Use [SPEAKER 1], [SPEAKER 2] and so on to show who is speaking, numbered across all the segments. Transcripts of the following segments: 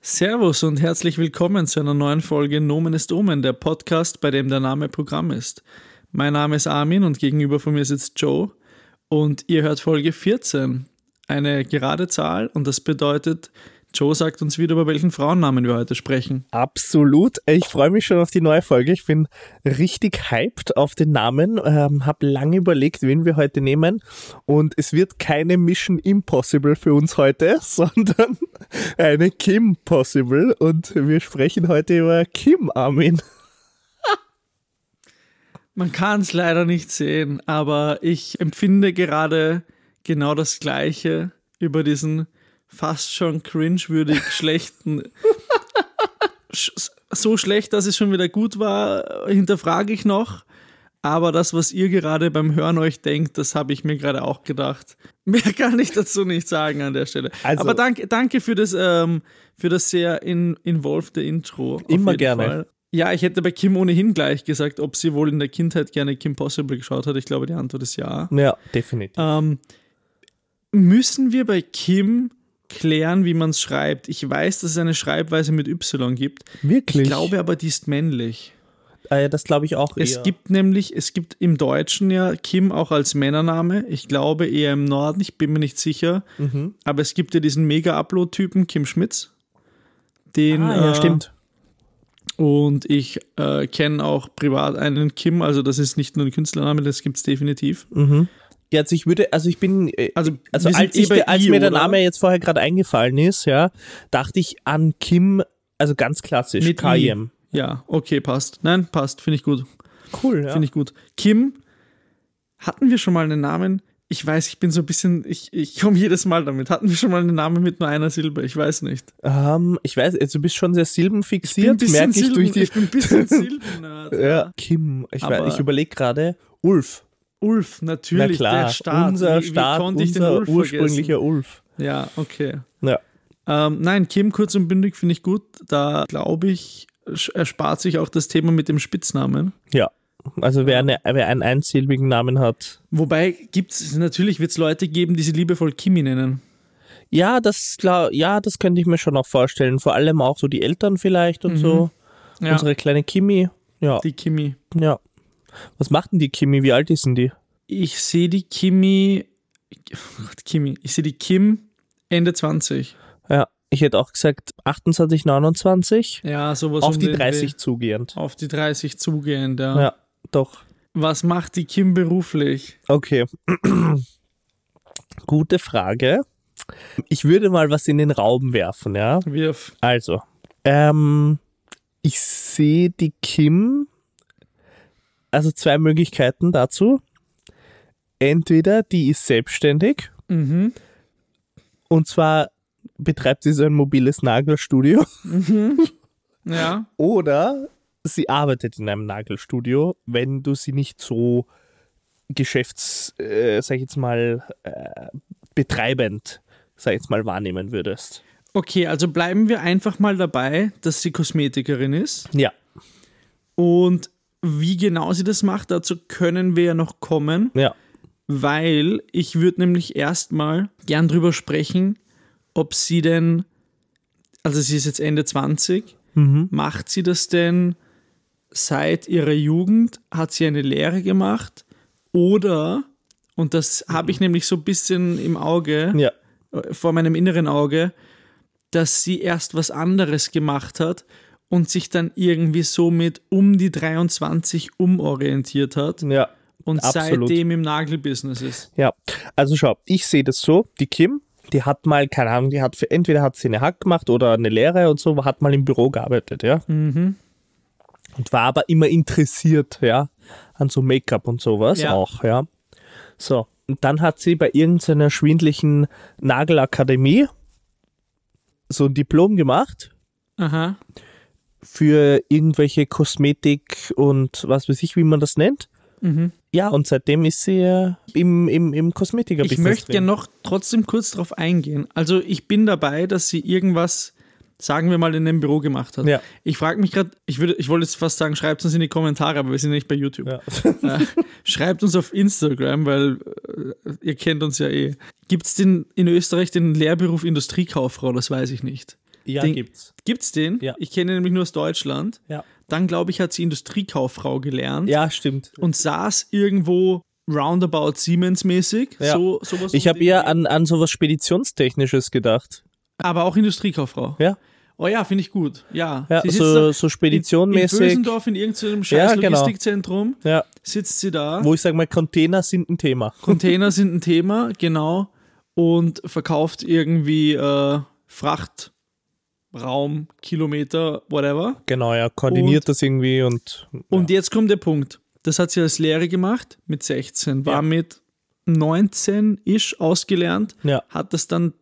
[SPEAKER 1] Servus und herzlich willkommen zu einer neuen Folge Nomen ist Omen, der Podcast, bei dem der Name Programm ist. Mein Name ist Armin und gegenüber von mir sitzt Joe und ihr hört Folge 14, eine gerade Zahl und das bedeutet, Joe sagt uns wieder, über welchen Frauennamen wir heute sprechen.
[SPEAKER 2] Absolut. Ich freue mich schon auf die neue Folge. Ich bin richtig hyped auf den Namen. Ähm, habe lange überlegt, wen wir heute nehmen. Und es wird keine Mission Impossible für uns heute, sondern eine Kim Possible. Und wir sprechen heute über Kim Armin.
[SPEAKER 1] Man kann es leider nicht sehen, aber ich empfinde gerade genau das Gleiche über diesen fast schon cringe-würdig schlechten. Sch so schlecht, dass es schon wieder gut war, hinterfrage ich noch. Aber das, was ihr gerade beim Hören euch denkt, das habe ich mir gerade auch gedacht. Mehr kann ich dazu nicht sagen an der Stelle.
[SPEAKER 2] Also-
[SPEAKER 1] Aber danke, danke für das, ähm, für das sehr in, involvete Intro. auf
[SPEAKER 2] Immer
[SPEAKER 1] jeden
[SPEAKER 2] gerne.
[SPEAKER 1] Fall. Ja, ich hätte bei Kim ohnehin gleich gesagt, ob sie wohl in der Kindheit gerne Kim Possible geschaut hat. Ich glaube, die Antwort ist ja.
[SPEAKER 2] Ja, definitiv.
[SPEAKER 1] Ähm, müssen wir bei Kim klären, wie man es schreibt? Ich weiß, dass es eine Schreibweise mit Y gibt.
[SPEAKER 2] Wirklich?
[SPEAKER 1] Ich glaube aber, die ist männlich.
[SPEAKER 2] äh, das glaube ich auch.
[SPEAKER 1] Es
[SPEAKER 2] eher.
[SPEAKER 1] gibt nämlich, es gibt im Deutschen ja Kim auch als Männername. Ich glaube eher im Norden, ich bin mir nicht sicher.
[SPEAKER 2] Mhm.
[SPEAKER 1] Aber es gibt ja diesen Mega-Upload-Typen, Kim Schmitz. Den,
[SPEAKER 2] Ah, ja,
[SPEAKER 1] äh,
[SPEAKER 2] stimmt.
[SPEAKER 1] Und ich äh, kenne auch privat einen Kim, also das ist nicht nur ein Künstlername, das gibt es definitiv.
[SPEAKER 2] Mhm. Ja, also ich würde, also ich bin, äh,
[SPEAKER 1] Also,
[SPEAKER 2] Also
[SPEAKER 1] wir sind
[SPEAKER 2] als,
[SPEAKER 1] eh
[SPEAKER 2] ich,
[SPEAKER 1] bei
[SPEAKER 2] als
[SPEAKER 1] I,
[SPEAKER 2] mir der
[SPEAKER 1] oder?
[SPEAKER 2] Name jetzt vorher gerade eingefallen ist, ja, dachte ich an Kim, also ganz klassisch,
[SPEAKER 1] Mit I.
[SPEAKER 2] Kayem.
[SPEAKER 1] Ja, okay, passt. Nein, passt, finde ich gut.
[SPEAKER 2] Cool, ja.
[SPEAKER 1] Finde ich gut. Kim, hatten wir schon mal einen Namen? Ich weiß, ich bin so ein bisschen, ich, ich komme jedes Mal damit. Hatten wir schon mal einen Namen mit nur einer Silbe? Ich weiß nicht.
[SPEAKER 2] Ähm, ich weiß, also du bist schon sehr
[SPEAKER 1] bin ein
[SPEAKER 2] silbenfixiert,
[SPEAKER 1] bisschen
[SPEAKER 2] merke ich
[SPEAKER 1] Silben-
[SPEAKER 2] durch die.
[SPEAKER 1] ich bin ein bisschen Silbennerd.
[SPEAKER 2] ja. Kim, ich,
[SPEAKER 1] Aber-
[SPEAKER 2] weiß- ich überlege gerade, Ulf.
[SPEAKER 1] Ulf,
[SPEAKER 2] Na
[SPEAKER 1] natürlich, der
[SPEAKER 2] klar,
[SPEAKER 1] Staat.
[SPEAKER 2] unser
[SPEAKER 1] wie,
[SPEAKER 2] Staat,
[SPEAKER 1] wie konnte ich den
[SPEAKER 2] unser
[SPEAKER 1] Ulf
[SPEAKER 2] ursprünglicher Ulf.
[SPEAKER 1] vergessen? Ja, okay.
[SPEAKER 2] Ja.
[SPEAKER 1] Ähm, nein, Kim kurz und bündig finde ich gut. Da glaube ich, sch- erspart sich auch das Thema mit dem Spitznamen.
[SPEAKER 2] ja. Also wer, eine, wer einen einsilbigen Namen hat.
[SPEAKER 1] Wobei gibt's natürlich wird es Leute geben, die sie liebevoll Kimi nennen.
[SPEAKER 2] Ja, das klar, ja, das könnte ich mir schon auch vorstellen. Vor allem auch so die Eltern vielleicht und so.
[SPEAKER 1] Mhm. Ja,
[SPEAKER 2] Unsere kleine Kimi. Ja.
[SPEAKER 1] die Kimi.
[SPEAKER 2] Ja. Was macht denn die Kimi? Wie alt ist denn die?
[SPEAKER 1] Ich sehe die Kimi. Oh Gott, Kimi. Ich sehe die Kim Ende 20.
[SPEAKER 2] Ja, ich hätte auch gesagt 28, 29.
[SPEAKER 1] Ja, sowas
[SPEAKER 2] auf
[SPEAKER 1] um
[SPEAKER 2] die
[SPEAKER 1] den
[SPEAKER 2] 30
[SPEAKER 1] Dreh.
[SPEAKER 2] zugehend.
[SPEAKER 1] Auf die 30 zugehend, ja.
[SPEAKER 2] Ja, doch.
[SPEAKER 1] Was macht die Kim beruflich?
[SPEAKER 2] Okay. Gute Frage. Ich würde mal was in den Raum werfen, ja.
[SPEAKER 1] Wirf.
[SPEAKER 2] Also, ähm, ich sehe die Kim. Also zwei Möglichkeiten dazu. Entweder die ist selbstständig
[SPEAKER 1] Mhm.
[SPEAKER 2] und zwar betreibt sie so ein mobiles Nagelstudio.
[SPEAKER 1] Ja.
[SPEAKER 2] Oder sie arbeitet in einem Nagelstudio, wenn du sie nicht so geschäfts, äh, sag ich jetzt mal, äh, betreibend, sag ich jetzt mal, wahrnehmen würdest.
[SPEAKER 1] Okay, also bleiben wir einfach mal dabei, dass sie Kosmetikerin ist.
[SPEAKER 2] Ja.
[SPEAKER 1] Und wie genau sie das macht, dazu können wir ja noch kommen.
[SPEAKER 2] Ja.
[SPEAKER 1] weil ich würde nämlich erstmal gern drüber sprechen, ob sie denn, also sie ist jetzt Ende 20,
[SPEAKER 2] Mhm.
[SPEAKER 1] macht sie das denn seit ihrer Jugend, hat sie eine Lehre gemacht oder, und das habe ich nämlich so ein bisschen im Auge,
[SPEAKER 2] Ja.
[SPEAKER 1] äh, vor meinem inneren Auge, dass sie erst was anderes gemacht hat und sich dann irgendwie somit um die 23 umorientiert hat
[SPEAKER 2] Ja.
[SPEAKER 1] und
[SPEAKER 2] Absolut.
[SPEAKER 1] seitdem im Nagelbusiness ist.
[SPEAKER 2] Ja, also schau, ich sehe das so, die Kim, die hat mal, keine Ahnung, die hat für, entweder hat sie eine Hack gemacht oder eine Lehre und so, hat mal im Büro gearbeitet, ja. Und war aber immer interessiert, ja, an so Make-up und sowas
[SPEAKER 1] Ja.
[SPEAKER 2] auch, ja. So, und dann hat sie bei irgendeiner schwindlichen Nagelakademie so ein Diplom gemacht
[SPEAKER 1] Aha.
[SPEAKER 2] für irgendwelche Kosmetik und was weiß ich, wie man das nennt.
[SPEAKER 1] Mhm.
[SPEAKER 2] Ja, und seitdem ist sie äh, im, im, im Kosmetiker-Business
[SPEAKER 1] Ich möchte
[SPEAKER 2] drin.
[SPEAKER 1] ja noch trotzdem kurz darauf eingehen. Also ich bin dabei, dass sie irgendwas, sagen wir mal, in dem Büro gemacht hat.
[SPEAKER 2] Ja.
[SPEAKER 1] Ich frage mich gerade, ich, würde- ich wollte jetzt fast sagen, schreibt uns in die Kommentare, aber wir sind nicht bei YouTube.
[SPEAKER 2] Ja.
[SPEAKER 1] Äh, schreibt uns auf Instagram, weil äh, ihr kennt uns ja eh. Gibt es in Österreich den Lehrberuf Industriekauffrau? Das weiß ich nicht.
[SPEAKER 2] Ja,
[SPEAKER 1] Den-
[SPEAKER 2] gibt's.
[SPEAKER 1] Gibt's den?
[SPEAKER 2] Ja.
[SPEAKER 1] Ich kenne ihn nämlich nur aus Deutschland.
[SPEAKER 2] Ja.
[SPEAKER 1] Dann, glaube ich, hat sie Industriekauffrau gelernt
[SPEAKER 2] Ja, stimmt.
[SPEAKER 1] und saß irgendwo roundabout Siemens-mäßig.
[SPEAKER 2] Ja.
[SPEAKER 1] So, sowas
[SPEAKER 2] Ich
[SPEAKER 1] um
[SPEAKER 2] habe
[SPEAKER 1] den
[SPEAKER 2] eher
[SPEAKER 1] Dreh.
[SPEAKER 2] an, an sowas Speditionstechnisches gedacht.
[SPEAKER 1] Aber auch Industriekauffrau.
[SPEAKER 2] Ja.
[SPEAKER 1] Oh ja, finde ich gut. Ja.
[SPEAKER 2] Ja,
[SPEAKER 1] Sie sitzt
[SPEAKER 2] so,
[SPEAKER 1] da
[SPEAKER 2] so
[SPEAKER 1] In, in
[SPEAKER 2] speditionmäßig.
[SPEAKER 1] Bösendorf in irgendeinem scheiß
[SPEAKER 2] Ja, genau.
[SPEAKER 1] Logistikzentrum
[SPEAKER 2] Ja,
[SPEAKER 1] sitzt sie da.
[SPEAKER 2] wo ich sage mal, Container sind ein Thema.
[SPEAKER 1] Container sind ein Thema, genau. Und verkauft irgendwie äh, Fracht, Raum, Kilometer, whatever.
[SPEAKER 2] Genau, ja, koordiniert das irgendwie und
[SPEAKER 1] Und jetzt kommt der Punkt. Das hat sie als Lehre gemacht mit 16, war
[SPEAKER 2] Ja.
[SPEAKER 1] mit 19-isch ausgelernt,
[SPEAKER 2] ja,
[SPEAKER 1] hat das dann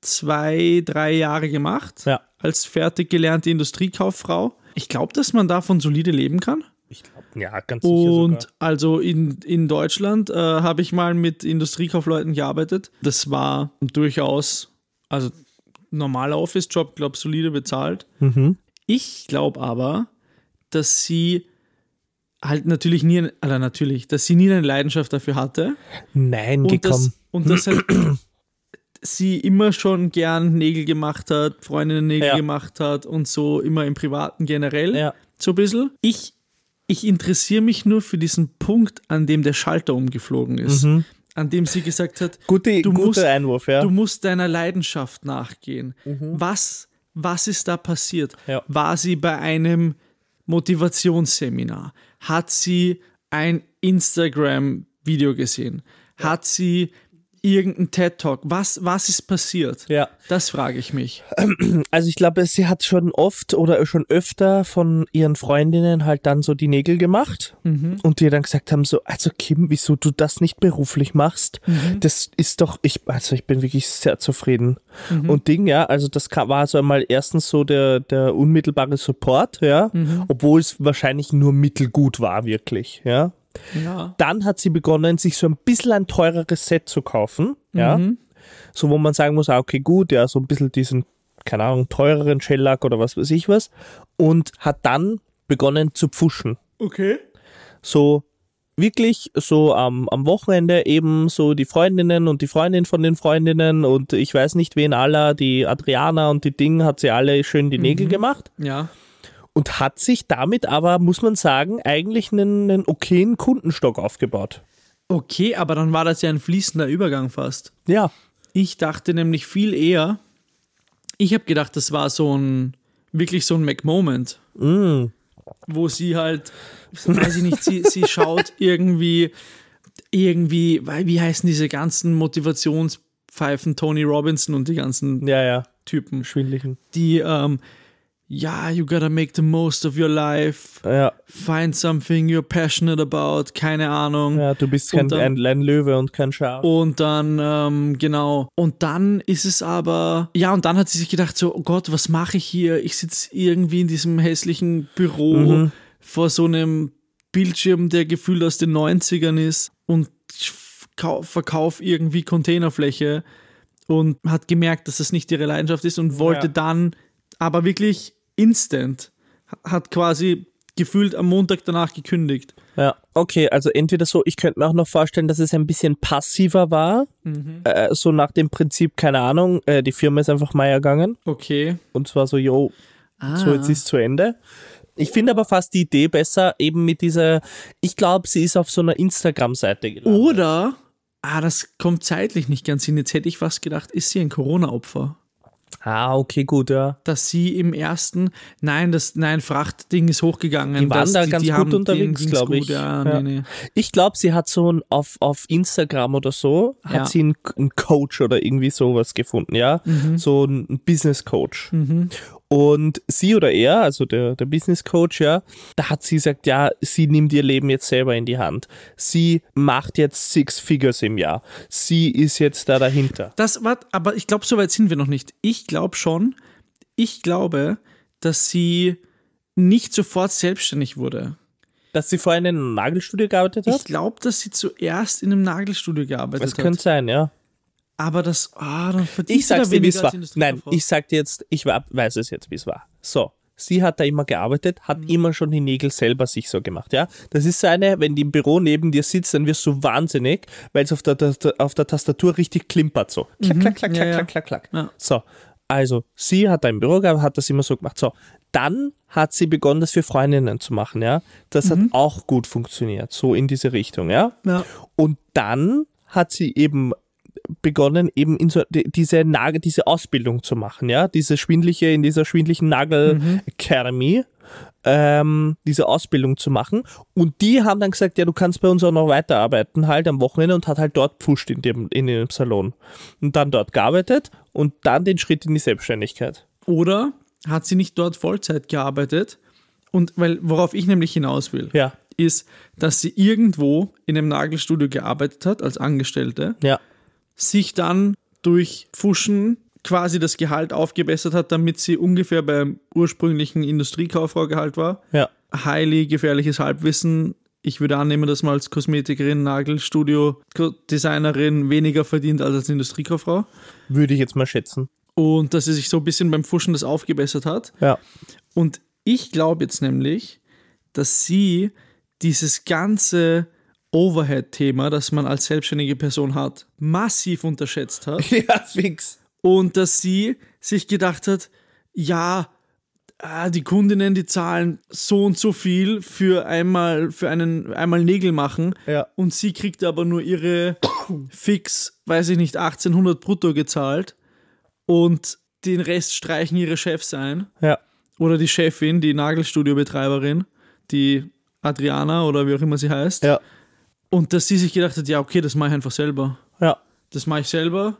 [SPEAKER 1] zwei, drei Jahre gemacht
[SPEAKER 2] ja.
[SPEAKER 1] als fertig gelernte Industriekauffrau. Ich glaube, dass man davon solide leben kann.
[SPEAKER 2] Ich glaube, ja, ganz sicher
[SPEAKER 1] Und
[SPEAKER 2] sogar.
[SPEAKER 1] also in, in Deutschland äh, habe ich mal mit Industriekaufleuten gearbeitet. Das war durchaus, also normaler Office-Job, glaube solide bezahlt.
[SPEAKER 2] Mhm.
[SPEAKER 1] Ich glaube aber, dass sie halt natürlich nie, ein- oder natürlich, dass sie nie eine Leidenschaft dafür hatte.
[SPEAKER 2] Nein,
[SPEAKER 1] Und
[SPEAKER 2] gekommen.
[SPEAKER 1] dass, und dass halt sie immer schon gern Nägel gemacht hat, Freundinnen Nägel
[SPEAKER 2] Ja.
[SPEAKER 1] gemacht hat und so immer im Privaten generell
[SPEAKER 2] Ja.
[SPEAKER 1] so ein bisschen. Ich, ich interessiere mich nur für diesen Punkt, an dem der Schalter umgeflogen ist.
[SPEAKER 2] Mhm.
[SPEAKER 1] An dem sie gesagt hat,
[SPEAKER 2] Gute,
[SPEAKER 1] Du
[SPEAKER 2] guter
[SPEAKER 1] musst-
[SPEAKER 2] Einwurf, ja. Mhm.
[SPEAKER 1] du musst deiner Leidenschaft nachgehen. Was, was ist da passiert?
[SPEAKER 2] Ja.
[SPEAKER 1] War sie bei einem Motivationsseminar? Hat sie ein Instagram-Video gesehen? Hat sie irgendeinen TED-Talk? Was, was ist passiert?
[SPEAKER 2] ja.
[SPEAKER 1] Das frage ich mich.
[SPEAKER 2] Also ich glaube, sie hat schon oft oder schon öfter von ihren Freundinnen halt dann so die Nägel gemacht und die dann gesagt haben so, also Kim, wieso du das nicht beruflich machst, das ist doch, ich, also ich bin wirklich sehr zufrieden. Und Ding, ja, also das ka- war so einmal erstens so der, der unmittelbare Support, ja, obwohl es wahrscheinlich nur mittelgut war, wirklich, ja.
[SPEAKER 1] Ja.
[SPEAKER 2] Dann hat sie begonnen, sich so ein bisschen ein teureres Set zu kaufen. Ja. So, wo man sagen muss, ah, okay, gut, ja, so ein bisschen diesen, keine Ahnung, teureren Shellack oder was weiß ich was. Und hat dann begonnen zu pfuschen.
[SPEAKER 1] Okay.
[SPEAKER 2] So wirklich so am am Wochenende eben so die Freundinnen und die Freundin von den Freundinnen und ich weiß nicht wen aller, die Adriana und die Ding hat sie alle schön die Nägel gemacht
[SPEAKER 1] Ja.
[SPEAKER 2] und hat sich damit aber, muss man sagen, eigentlich einen, einen okayen Kundenstock aufgebaut.
[SPEAKER 1] Okay, aber dann war das ja ein fließender Übergang fast.
[SPEAKER 2] Ja,
[SPEAKER 1] Ich dachte nämlich viel eher, ich habe gedacht, das war so ein, wirklich so ein Mac-Moment, wo sie halt, weiß ich nicht, sie, sie schaut irgendwie, irgendwie, weil- wie heißen diese ganzen Motivationspfeifen, Tony Robinson und die ganzen
[SPEAKER 2] ja, ja.
[SPEAKER 1] Typen,
[SPEAKER 2] Schwindlichen.
[SPEAKER 1] die, ähm, ja, you gotta make the most of your life,
[SPEAKER 2] Ja,
[SPEAKER 1] find something you're passionate about, keine Ahnung.
[SPEAKER 2] ja du bist
[SPEAKER 1] Und
[SPEAKER 2] kein,
[SPEAKER 1] dann-
[SPEAKER 2] ein, ein Löwe und kein Schaf.
[SPEAKER 1] Und dann, ähm, genau. Und dann ist es aber, ja, und dann hat sie sich gedacht, so, oh Gott, was mache ich hier? Ich sitze irgendwie in diesem hässlichen Büro
[SPEAKER 2] Mhm.
[SPEAKER 1] vor so einem Bildschirm, der gefühlt aus den 90ern ist und ich verkau- verkauf irgendwie Containerfläche und hat gemerkt, dass das nicht ihre Leidenschaft ist und wollte
[SPEAKER 2] Ja.
[SPEAKER 1] dann, aber wirklich instant, hat quasi gefühlt am Montag danach gekündigt.
[SPEAKER 2] Ja, okay, also entweder so, ich könnte mir auch noch vorstellen, dass es ein bisschen passiver war, äh, so nach dem Prinzip, keine Ahnung, äh, die Firma ist einfach mal ergangen
[SPEAKER 1] Okay.
[SPEAKER 2] und zwar so, yo, Ah. so jetzt ist zu Ende. Ich finde aber fast die Idee besser, eben mit dieser, ich glaube, sie ist auf so einer Instagram-Seite gelandet.
[SPEAKER 1] Oder, ah, das kommt zeitlich nicht ganz hin. Jetzt hätte ich was gedacht, ist sie ein Corona-Opfer?
[SPEAKER 2] Ah, okay, gut, ja.
[SPEAKER 1] Dass sie im ersten, nein, das, nein, Frachtding ist hochgegangen.
[SPEAKER 2] Die waren
[SPEAKER 1] dass
[SPEAKER 2] da ganz gut
[SPEAKER 1] haben- denen
[SPEAKER 2] unterwegs,
[SPEAKER 1] ging's
[SPEAKER 2] glaub
[SPEAKER 1] gut.
[SPEAKER 2] ich.
[SPEAKER 1] Ja,
[SPEAKER 2] Ja.
[SPEAKER 1] Nee, nee.
[SPEAKER 2] Ich glaube, sie hat so ein, auf, auf Instagram oder so, hat
[SPEAKER 1] Ja.
[SPEAKER 2] sie einen, einen Coach oder irgendwie sowas gefunden, ja.
[SPEAKER 1] Mhm.
[SPEAKER 2] So ein Business Coach. Und sie oder er, also der, der Business Coach, ja, da hat sie gesagt, ja, sie nimmt ihr Leben jetzt selber in die Hand. Sie macht jetzt Six Figures im Jahr. Sie ist jetzt da dahinter.
[SPEAKER 1] Das war, aber ich glaube, so weit sind wir noch nicht. Ich glaube schon, ich glaube, dass sie nicht sofort selbstständig wurde.
[SPEAKER 2] Dass sie vorher in einer Nagelstudie gearbeitet hat?
[SPEAKER 1] Ich glaube, dass sie zuerst in einem Nagelstudio gearbeitet
[SPEAKER 2] das könnte
[SPEAKER 1] hat.
[SPEAKER 2] sein, ja.
[SPEAKER 1] Aber das, ah, dann verdient
[SPEAKER 2] Ich
[SPEAKER 1] sie da
[SPEAKER 2] sag's dir, wie
[SPEAKER 1] weniger
[SPEAKER 2] es
[SPEAKER 1] als
[SPEAKER 2] war. Nein,
[SPEAKER 1] Industriekauffrau.
[SPEAKER 2] ich sag dir jetzt, ich wa- weiß es jetzt, wie es war. So, sie hat da immer gearbeitet,
[SPEAKER 1] Mhm.
[SPEAKER 2] hat immer schon die Nägel selber sich so gemacht, ja. Das ist so eine, wenn die im Büro neben dir sitzt, dann wirst du wahnsinnig, weil es auf der, der, der, auf der Tastatur richtig klimpert so. Klack, klack, klack,
[SPEAKER 1] Mhm. Ja,
[SPEAKER 2] klack,
[SPEAKER 1] ja.
[SPEAKER 2] klack, klack, klack.
[SPEAKER 1] Ja.
[SPEAKER 2] So. Also, sie hat ein Büro gehabt, hat das immer so gemacht. So, dann hat sie begonnen, das für Freundinnen zu machen, ja. Das hat
[SPEAKER 1] Mhm.
[SPEAKER 2] auch gut funktioniert, so in diese Richtung, ja.
[SPEAKER 1] Ja.
[SPEAKER 2] Und dann hat sie eben begonnen, eben in so, die, diese Nagel, diese Ausbildung zu machen, ja, diese schwindliche, in dieser schwindlichen Nagel Academy, ähm, diese Ausbildung zu machen. Und die haben dann gesagt, ja, du kannst bei uns auch noch weiterarbeiten, halt am Wochenende und hat halt dort pusht in dem, in dem Salon. Und dann dort gearbeitet und dann den Schritt in die Selbstständigkeit.
[SPEAKER 1] Oder hat sie nicht dort Vollzeit gearbeitet? Und weil, worauf ich nämlich hinaus will,
[SPEAKER 2] Ja.
[SPEAKER 1] ist, dass sie irgendwo in einem Nagelstudio gearbeitet hat als Angestellte,
[SPEAKER 2] Ja.
[SPEAKER 1] sich dann durch Fuschen quasi das Gehalt aufgebessert hat, damit sie ungefähr beim ursprünglichen Industriekauffraugehalt war.
[SPEAKER 2] Ja.
[SPEAKER 1] highly gefährliches Halbwissen. Ich würde annehmen, dass man als Kosmetikerin, Nagelstudio, Ko- Designerin weniger verdient als als Industriekauffrau.
[SPEAKER 2] Würde ich jetzt mal schätzen.
[SPEAKER 1] Und dass sie sich so ein bisschen beim Fuschen das aufgebessert hat.
[SPEAKER 2] Ja.
[SPEAKER 1] Und ich glaube jetzt nämlich, dass sie dieses ganze Overhead-Thema, das man als selbstständige Person hat, massiv unterschätzt hat.
[SPEAKER 2] Ja, fix.
[SPEAKER 1] Und dass sie sich gedacht hat, ja, ah, die Kundinnen, die zahlen so und so viel für einmal, für einen, einmal Nägel machen.
[SPEAKER 2] Ja.
[SPEAKER 1] Und sie kriegt aber nur ihre fix, weiß ich nicht, 1800 brutto gezahlt. Und den Rest streichen ihre Chefs ein.
[SPEAKER 2] Ja.
[SPEAKER 1] Oder die Chefin, die Nagelstudiobetreiberin, die Adriana oder wie auch immer sie heißt.
[SPEAKER 2] Ja.
[SPEAKER 1] Und dass sie sich gedacht hat, ja, okay, das mache ich einfach selber.
[SPEAKER 2] Ja.
[SPEAKER 1] Das mache ich selber.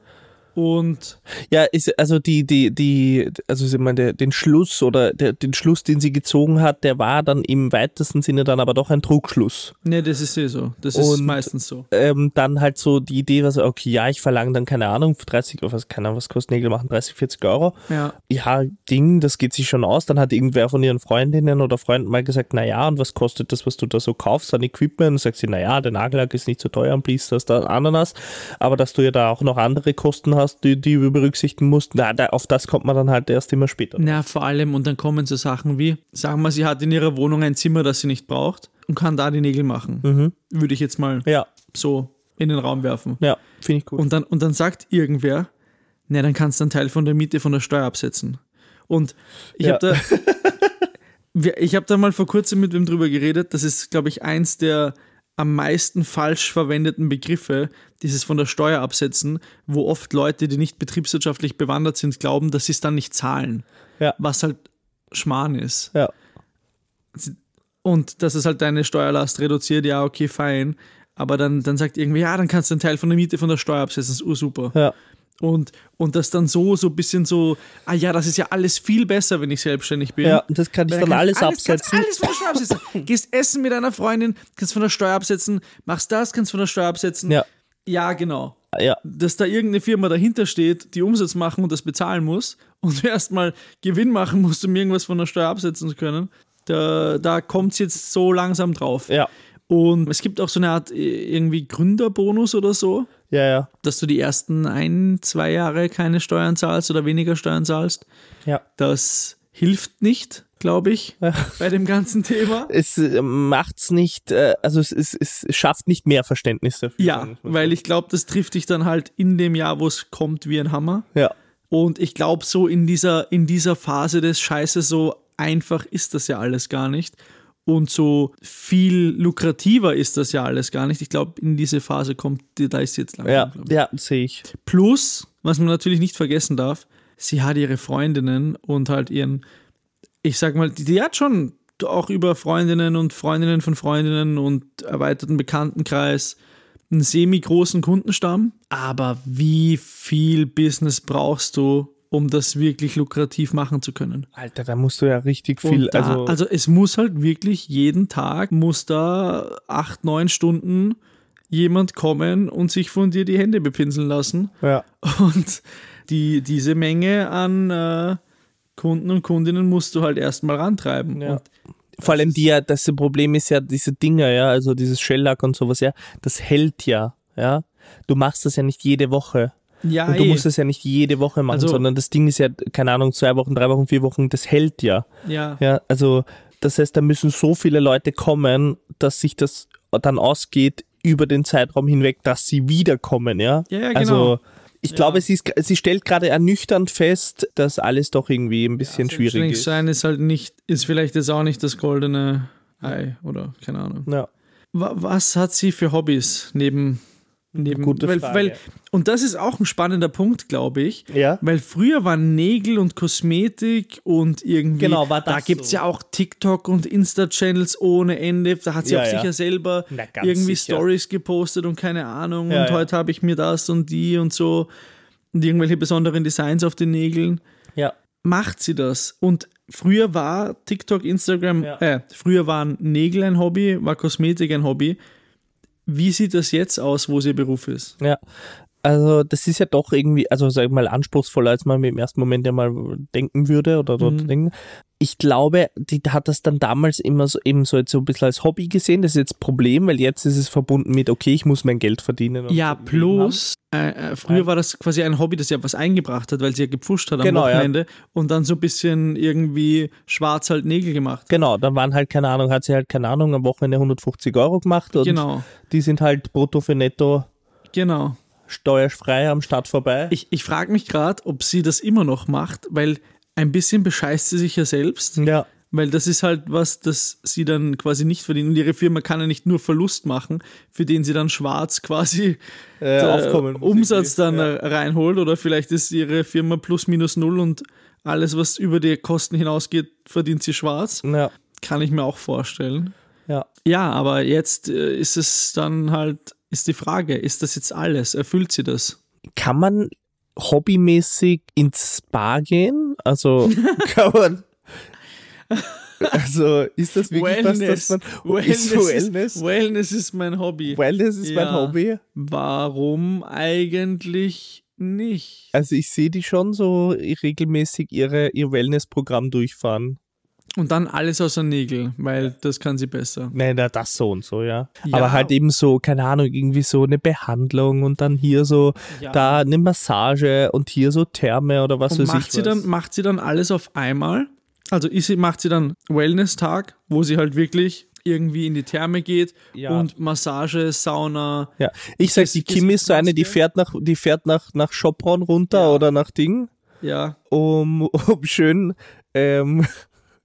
[SPEAKER 1] Und
[SPEAKER 2] Ja, ist, also die, die, die, also ich meine, der, den Schluss oder der, den Schluss, den sie gezogen hat, der war dann im weitesten Sinne dann aber doch ein Trugschluss.
[SPEAKER 1] Ne, das ist eh so. Das ist
[SPEAKER 2] Und-
[SPEAKER 1] meistens so.
[SPEAKER 2] Ähm, dann halt so die Idee, was, okay, ja, ich verlange dann, keine Ahnung, 30, oder was, keine Ahnung, was kostet Nägel machen, 30, 40 Euro.
[SPEAKER 1] Ja.
[SPEAKER 2] Ja, Ding, das geht sich schon aus. Dann hat irgendwer von ihren Freundinnen oder Freunden mal gesagt, na ja, und was kostet das, was du da so kaufst an Equipment? Und sagt sie, na ja, der Nagellack ist nicht so teuer und blies das da Ananas. Aber dass du ja da auch noch andere Kosten hast, die, die du berücksichtigen musst, na, da, auf das kommt man dann halt erst immer später.
[SPEAKER 1] Na, vor allem, und dann kommen so Sachen wie, sagen wir, sie hat in ihrer Wohnung ein Zimmer, das sie nicht braucht und kann da die Nägel machen.
[SPEAKER 2] Mhm.
[SPEAKER 1] Würde ich jetzt mal
[SPEAKER 2] Ja,
[SPEAKER 1] so in den Raum werfen.
[SPEAKER 2] ja, finde ich gut.
[SPEAKER 1] Und dann, und dann sagt irgendwer, ne, dann kannst du einen Teil von der Miete von der Steuer absetzen. Und ich
[SPEAKER 2] Ja.
[SPEAKER 1] habe da, Wir- ich habe da mal vor kurzem mit wem drüber geredet. Das ist, glaube ich, eins der am meisten falsch verwendeten Begriffe, dieses von der Steuer absetzen, wo oft Leute, die nicht betriebswirtschaftlich bewandert sind, glauben, dass sie es dann nicht zahlen.
[SPEAKER 2] Ja.
[SPEAKER 1] Was halt Schmarrn ist.
[SPEAKER 2] ja,
[SPEAKER 1] Und dass es halt deine Steuerlast reduziert, ja, okay, fein. Aber dann, dann sagt irgendwie, ja, dann kannst du einen Teil von der Miete von der Steuer absetzen, ist ursuper.
[SPEAKER 2] ja,
[SPEAKER 1] Und, und das dann so, so ein bisschen so, ah ja, das ist ja alles viel besser, wenn ich selbstständig bin.
[SPEAKER 2] ja, das kann ich
[SPEAKER 1] Weil
[SPEAKER 2] dann
[SPEAKER 1] kannst
[SPEAKER 2] alles
[SPEAKER 1] du
[SPEAKER 2] absetzen.
[SPEAKER 1] Kannst alles von der Steuer absetzen. Gehst essen mit einer Freundin, kannst von der Steuer absetzen, machst das, kannst von der Steuer absetzen.
[SPEAKER 2] Ja,
[SPEAKER 1] Ja, genau.
[SPEAKER 2] ja,
[SPEAKER 1] Dass da irgendeine Firma dahinter steht, die Umsatz machen und das bezahlen muss und erstmal Gewinn machen muss, um irgendwas von der Steuer absetzen zu können, da, da kommt es jetzt so langsam drauf.
[SPEAKER 2] ja,
[SPEAKER 1] Und es gibt auch so eine Art äh, irgendwie Gründerbonus oder so,
[SPEAKER 2] ja, ja,
[SPEAKER 1] dass du die ersten ein, zwei Jahre keine Steuern zahlst oder weniger Steuern zahlst.
[SPEAKER 2] ja.
[SPEAKER 1] Das hilft nicht, glaube ich, bei dem ganzen Thema.
[SPEAKER 2] Es äh, macht's nicht, äh, also es, es, es schafft nicht mehr Verständnis dafür.
[SPEAKER 1] Ja, weil ich glaube, das trifft dich dann halt in dem Jahr, wo es kommt, wie ein Hammer.
[SPEAKER 2] Ja,
[SPEAKER 1] Und ich glaube, so in dieser, in dieser Phase des Scheiße, so einfach ist das ja alles gar nicht. Und so viel lukrativer ist das ja alles gar nicht. Ich glaube, in diese Phase kommt, die- da ist jetzt langsam.
[SPEAKER 2] ja,
[SPEAKER 1] glaub ich.
[SPEAKER 2] ja, sehe ich.
[SPEAKER 1] Plus, was man natürlich nicht vergessen darf, sie hat ihre Freundinnen und halt ihren, ich sag mal, die, die hat schon auch über Freundinnen und Freundinnen von Freundinnen und erweiterten Bekanntenkreis einen semi-großen Kundenstamm. Aber wie viel Business brauchst du, um das wirklich lukrativ machen zu können?
[SPEAKER 2] Alter, da musst du ja richtig viel,
[SPEAKER 1] Und da,
[SPEAKER 2] also,
[SPEAKER 1] also es muss halt wirklich jeden Tag, muss da acht, neun Stunden jemand kommen und sich von dir die Hände bepinseln lassen.
[SPEAKER 2] ja,
[SPEAKER 1] Und die, diese Menge an äh, Kunden und Kundinnen musst du halt erstmal rantreiben.
[SPEAKER 2] Ja.
[SPEAKER 1] Und
[SPEAKER 2] vor allem die ja, das Problem ist ja diese Dinger, ja, also dieses Shellack und sowas, ja, das hält ja, ja. Du machst das ja nicht jede Woche.
[SPEAKER 1] ja,
[SPEAKER 2] Und du
[SPEAKER 1] eh.
[SPEAKER 2] musst das ja nicht jede Woche machen,
[SPEAKER 1] Also-
[SPEAKER 2] sondern das Ding ist ja, keine Ahnung, zwei Wochen, drei Wochen, vier Wochen, das hält ja.
[SPEAKER 1] ja.
[SPEAKER 2] Ja, also das heißt, da müssen so viele Leute kommen, dass sich das dann ausgeht über den Zeitraum hinweg, dass sie wiederkommen, ja?
[SPEAKER 1] Ja, ja,
[SPEAKER 2] Also Ich glaube, sie, ist, sie stellt gerade ernüchternd fest, dass alles doch irgendwie ein bisschen schwierig ist.
[SPEAKER 1] sein ist halt nicht, ist vielleicht jetzt auch nicht das goldene Ei oder keine Ahnung.
[SPEAKER 2] Ja.
[SPEAKER 1] Wa- Was hat sie für Hobbys neben neben
[SPEAKER 2] Gute
[SPEAKER 1] weil,
[SPEAKER 2] Frage.
[SPEAKER 1] weil und das ist auch ein spannender Punkt, glaube ich.
[SPEAKER 2] Ja.
[SPEAKER 1] Weil früher waren Nägel und Kosmetik und irgendwie
[SPEAKER 2] Genau, war
[SPEAKER 1] da
[SPEAKER 2] das
[SPEAKER 1] gibt es
[SPEAKER 2] so.
[SPEAKER 1] ja auch TikTok und Insta Channels ohne Ende, da hat sie
[SPEAKER 2] Ja,
[SPEAKER 1] auch
[SPEAKER 2] ja.
[SPEAKER 1] sicher selber
[SPEAKER 2] Na, ganz
[SPEAKER 1] irgendwie
[SPEAKER 2] sicher.
[SPEAKER 1] Stories gepostet und keine Ahnung
[SPEAKER 2] Ja,
[SPEAKER 1] und
[SPEAKER 2] ja.
[SPEAKER 1] heute habe ich mir das und die und so und irgendwelche besonderen Designs auf den Nägeln
[SPEAKER 2] Ja.
[SPEAKER 1] macht sie das. Und früher war TikTok, Instagram,
[SPEAKER 2] Ja.
[SPEAKER 1] äh, früher waren Nägel ein Hobby, war Kosmetik ein Hobby. Wie sieht das jetzt aus, wo sie Beruf ist?
[SPEAKER 2] Ja. Also das ist ja doch irgendwie, also sag ich mal, anspruchsvoller, als man im ersten Moment ja mal denken würde oder dort
[SPEAKER 1] Mhm.
[SPEAKER 2] denken. Ich glaube, die hat das dann damals immer so, eben so, jetzt so ein bisschen als Hobby gesehen. Das ist jetzt ein Problem, weil jetzt ist es verbunden mit, okay, ich muss mein Geld verdienen. und
[SPEAKER 1] Ja,
[SPEAKER 2] so leben
[SPEAKER 1] plus, äh, äh, früher war das quasi ein Hobby, das ja was eingebracht hat, weil sie ja gepfuscht hat am
[SPEAKER 2] Genau, ja.
[SPEAKER 1] Wochenende und dann so ein bisschen irgendwie schwarz halt Nägel gemacht.
[SPEAKER 2] Genau, dann waren halt, keine Ahnung, hat sie halt, keine Ahnung, am Wochenende 150 Euro gemacht und
[SPEAKER 1] Genau,
[SPEAKER 2] die sind halt brutto für netto
[SPEAKER 1] genau.
[SPEAKER 2] steuerfrei am Start vorbei.
[SPEAKER 1] Ich, ich frage mich gerade, ob sie das immer noch macht, weil ein bisschen bescheißt sie sich ja selbst.
[SPEAKER 2] ja,
[SPEAKER 1] Weil das ist halt was, das sie dann quasi nicht verdienen. Und ihre Firma kann ja nicht nur Verlust machen, für den sie dann schwarz quasi
[SPEAKER 2] äh,
[SPEAKER 1] äh,
[SPEAKER 2] aufkommen. muss
[SPEAKER 1] Umsatz
[SPEAKER 2] irgendwie.
[SPEAKER 1] dann äh, reinholt. Oder vielleicht ist ihre Firma plus minus null und alles, was über die Kosten hinausgeht, verdient sie schwarz.
[SPEAKER 2] Ja,
[SPEAKER 1] Kann ich mir auch vorstellen.
[SPEAKER 2] ja.
[SPEAKER 1] Ja, aber jetzt äh, ist es dann halt, ist die Frage, ist das jetzt alles? Erfüllt sie das?
[SPEAKER 2] Kann man hobbymäßig ins Spa gehen? Also kann man. Also ist das wirklich was, dass man
[SPEAKER 1] Wellness,
[SPEAKER 2] ist Wellness?
[SPEAKER 1] Ist, Wellness ist mein Hobby.
[SPEAKER 2] Wellness ist mein
[SPEAKER 1] Ja.
[SPEAKER 2] Hobby.
[SPEAKER 1] Warum eigentlich nicht?
[SPEAKER 2] Also ich sehe die schon so regelmäßig ihre ihr Wellness-Programm durchfahren.
[SPEAKER 1] Und dann alles außer Nägel, weil das kann sie besser.
[SPEAKER 2] Nein, na, das so und so, ja.
[SPEAKER 1] Ja.
[SPEAKER 2] Aber halt eben so, keine Ahnung, irgendwie so eine Behandlung und dann hier so,
[SPEAKER 1] Ja.
[SPEAKER 2] da eine Massage und hier so Therme oder was
[SPEAKER 1] Und
[SPEAKER 2] weiß
[SPEAKER 1] macht
[SPEAKER 2] ich
[SPEAKER 1] sie,
[SPEAKER 2] was.
[SPEAKER 1] dann, macht sie dann alles auf einmal? Also ist sie, macht sie dann Wellness-Tag, wo sie halt wirklich irgendwie in die Therme geht
[SPEAKER 2] Ja.
[SPEAKER 1] und Massage, Sauna.
[SPEAKER 2] ja. Ich sag,
[SPEAKER 1] Ges-
[SPEAKER 2] die Kim ist so eine, die
[SPEAKER 1] Gesichtsmaske?
[SPEAKER 2] fährt nach, die fährt nach, nach Schopron runter
[SPEAKER 1] Ja.
[SPEAKER 2] oder nach Ding,
[SPEAKER 1] Ja,
[SPEAKER 2] um, um schön ähm,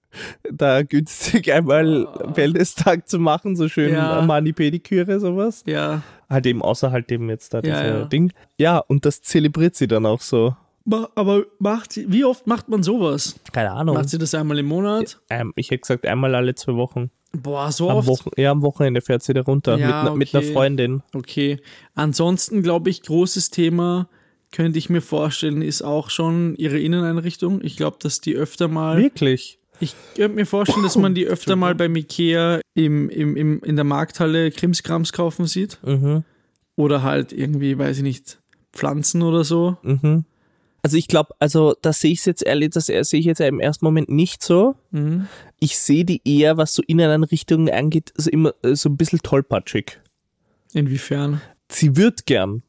[SPEAKER 2] da günstig einmal Wellness-Tag zu machen, so schön
[SPEAKER 1] Ah. Ja.
[SPEAKER 2] Mani-Pediküre, sowas.
[SPEAKER 1] ja.
[SPEAKER 2] Halt eben außerhalb dem jetzt da
[SPEAKER 1] Ja,
[SPEAKER 2] dieser
[SPEAKER 1] ja.
[SPEAKER 2] Ding. Ja, und das zelebriert sie dann auch so.
[SPEAKER 1] Ma- Aber macht sie, wie oft macht man sowas?
[SPEAKER 2] Keine Ahnung.
[SPEAKER 1] Macht sie das einmal im Monat?
[SPEAKER 2] Ähm, ich hätte gesagt, einmal alle zwei Wochen.
[SPEAKER 1] Boah, so
[SPEAKER 2] Am
[SPEAKER 1] oft.
[SPEAKER 2] Wochen ja, am Wochenende fährt sie da runter
[SPEAKER 1] Ja,
[SPEAKER 2] mit, ne- mit einer
[SPEAKER 1] okay.
[SPEAKER 2] Freundin.
[SPEAKER 1] Okay. Ansonsten glaube ich, großes Thema könnte ich mir vorstellen, ist auch schon ihre Inneneinrichtung. Ich glaube, dass die öfter mal.
[SPEAKER 2] Wirklich?
[SPEAKER 1] Ich könnte mir vorstellen, dass man die öfter mal beim Ikea im, im, im, in der Markthalle Krimskrams kaufen sieht.
[SPEAKER 2] Mhm.
[SPEAKER 1] Oder halt irgendwie, weiß ich nicht, Pflanzen oder so.
[SPEAKER 2] Mhm. Also ich glaube, also das sehe ich jetzt ehrlich, das sehe ich jetzt im ersten Moment nicht so.
[SPEAKER 1] Mhm.
[SPEAKER 2] Ich sehe die eher, was so Inneneinrichtungen angeht, so immer äh, so ein bisschen tollpatschig.
[SPEAKER 1] Inwiefern?
[SPEAKER 2] Sie wird gern.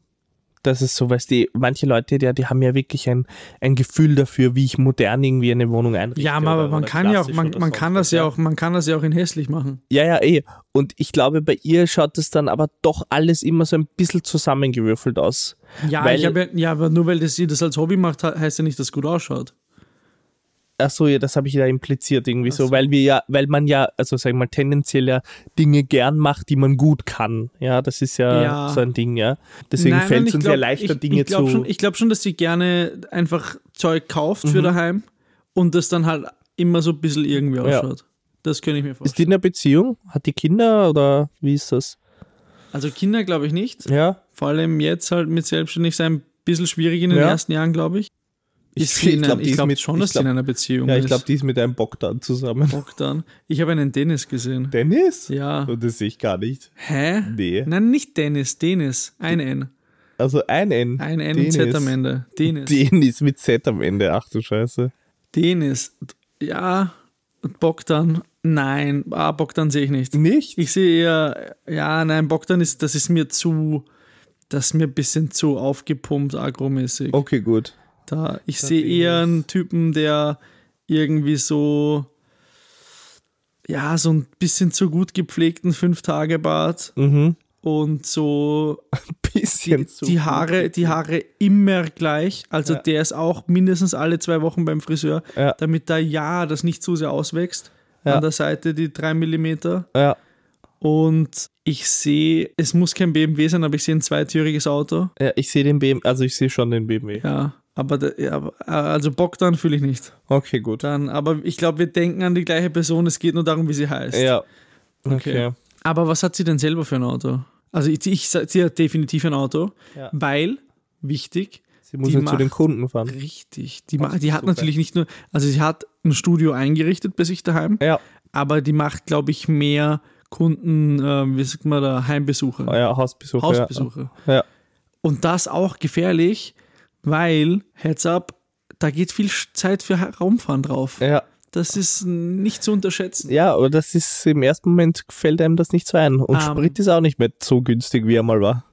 [SPEAKER 2] Das ist so, weißt du, manche Leute, die, die haben ja wirklich ein, ein Gefühl dafür, wie ich modern irgendwie eine Wohnung einrichte.
[SPEAKER 1] Ja, aber
[SPEAKER 2] oder-
[SPEAKER 1] man
[SPEAKER 2] oder
[SPEAKER 1] kann ja auch,
[SPEAKER 2] klassisch
[SPEAKER 1] man,
[SPEAKER 2] oder
[SPEAKER 1] man
[SPEAKER 2] sonst
[SPEAKER 1] kann
[SPEAKER 2] was,
[SPEAKER 1] das ja auch, man kann das ja auch in hässlich machen.
[SPEAKER 2] Ja, ja, eh. Und ich glaube, bei ihr schaut es dann aber doch alles immer so ein bisschen zusammengewürfelt aus.
[SPEAKER 1] Ja,
[SPEAKER 2] Weil-
[SPEAKER 1] ich hab ja, ja aber nur weil das, sie das als Hobby macht, he- heißt ja nicht, dass es gut ausschaut.
[SPEAKER 2] Ach so, ja, das habe ich ja impliziert irgendwie so, weil wir ja, weil man ja, also sagen wir mal, tendenziell ja Dinge gern macht, die man gut kann. Ja, das ist ja,
[SPEAKER 1] Ja.
[SPEAKER 2] so ein Ding, ja. Deswegen
[SPEAKER 1] Nein,
[SPEAKER 2] fällt
[SPEAKER 1] nein,
[SPEAKER 2] es
[SPEAKER 1] ich
[SPEAKER 2] uns
[SPEAKER 1] glaub-
[SPEAKER 2] ja leichter,
[SPEAKER 1] ich,
[SPEAKER 2] Dinge
[SPEAKER 1] ich glaub
[SPEAKER 2] zu.
[SPEAKER 1] Schon, ich glaube schon, dass sie gerne einfach Zeug kauft für daheim und das dann halt immer so ein bisschen irgendwie
[SPEAKER 2] Mhm. Ja.
[SPEAKER 1] ausschaut. Das könnte ich mir
[SPEAKER 2] ist die
[SPEAKER 1] vorstellen.
[SPEAKER 2] in einer Beziehung? Hat die Kinder oder wie ist das?
[SPEAKER 1] Also Kinder glaube ich nicht.
[SPEAKER 2] Ja.
[SPEAKER 1] Vor allem jetzt halt mit selbstständig sein, ein bisschen schwierig in den
[SPEAKER 2] Ja.
[SPEAKER 1] ersten Jahren, glaube ich.
[SPEAKER 2] Ich-
[SPEAKER 1] Ist sie in
[SPEAKER 2] ich
[SPEAKER 1] ein-
[SPEAKER 2] glaub, die
[SPEAKER 1] ich
[SPEAKER 2] ist
[SPEAKER 1] glaube
[SPEAKER 2] mit-
[SPEAKER 1] schon,
[SPEAKER 2] ich
[SPEAKER 1] dass sie in
[SPEAKER 2] glaub-
[SPEAKER 1] einer Beziehung
[SPEAKER 2] Ja,
[SPEAKER 1] ist.
[SPEAKER 2] ich glaube, die ist mit einem Bock dann zusammen.
[SPEAKER 1] Bogdan. Ich habe einen Dennis gesehen.
[SPEAKER 2] Dennis?
[SPEAKER 1] ja.
[SPEAKER 2] Und das sehe ich gar nicht.
[SPEAKER 1] Hä?
[SPEAKER 2] Nee.
[SPEAKER 1] Nein, nicht Dennis, Dennis. Ein N.
[SPEAKER 2] Also ein N.
[SPEAKER 1] Ein N und Z
[SPEAKER 2] Dennis.
[SPEAKER 1] am Ende. Dennis.
[SPEAKER 2] Dennis mit Z am Ende, ach du Scheiße.
[SPEAKER 1] Dennis. Ja. Und Bogdan. Nein. Ah, Bogdan sehe ich nicht.
[SPEAKER 2] Nicht?
[SPEAKER 1] Ich sehe eher, ja, nein, Bogdan ist, das ist mir zu, das ist mir ein bisschen zu aufgepumpt, agromäßig.
[SPEAKER 2] Okay, gut.
[SPEAKER 1] Da, ich sehe eher einen Typen, der irgendwie so, ja, so ein bisschen zu gut gepflegten Fünf-Tage-Bart
[SPEAKER 2] Mhm.
[SPEAKER 1] und so
[SPEAKER 2] bisschen zu.
[SPEAKER 1] Mhm. die Haare, die Haare immer gleich. Also
[SPEAKER 2] Ja.
[SPEAKER 1] der ist auch mindestens alle zwei Wochen beim Friseur,
[SPEAKER 2] Ja.
[SPEAKER 1] damit da ja das nicht zu sehr auswächst.
[SPEAKER 2] Ja.
[SPEAKER 1] An der Seite die 3 mm.
[SPEAKER 2] Ja,
[SPEAKER 1] Und ich sehe, es muss kein BMW sein, aber ich sehe ein zweitüriges Auto.
[SPEAKER 2] ja, ich sehe den BMW, also ich sehe schon den BMW.
[SPEAKER 1] Ja, aber da, ja, aber- also Bogdan fühle ich nicht.
[SPEAKER 2] Okay, gut.
[SPEAKER 1] Dann, aber ich glaube, wir denken an die gleiche Person. Es geht nur darum, wie sie heißt.
[SPEAKER 2] Ja.
[SPEAKER 1] Okay. Aber was hat sie denn selber für ein Auto? Also ich, ich sag- sie hat definitiv ein Auto,
[SPEAKER 2] Ja.
[SPEAKER 1] weil wichtig,
[SPEAKER 2] Sie muss
[SPEAKER 1] Die
[SPEAKER 2] halt zu
[SPEAKER 1] macht-
[SPEAKER 2] den Kunden fahren.
[SPEAKER 1] richtig. Die, ma- die hat
[SPEAKER 2] super.
[SPEAKER 1] natürlich nicht nur, also sie hat ein Studio eingerichtet bei sich daheim,
[SPEAKER 2] Ja,
[SPEAKER 1] aber die macht, glaube ich, mehr Kunden, ähm, wie sagt man da, Heimbesucher,
[SPEAKER 2] Oh ja Hausbesuche.
[SPEAKER 1] Hausbesucher.
[SPEAKER 2] Ja.
[SPEAKER 1] Und das auch gefährlich, weil Heads up, da geht viel Sch- Zeit für Ha- Raumfahren drauf.
[SPEAKER 2] Ja. ja.
[SPEAKER 1] Das ist nicht zu unterschätzen.
[SPEAKER 2] Ja, aber das ist im ersten Moment fällt einem das nicht so ein. Und
[SPEAKER 1] Ähm.
[SPEAKER 2] Sprit ist auch nicht mehr so günstig, wie er mal war.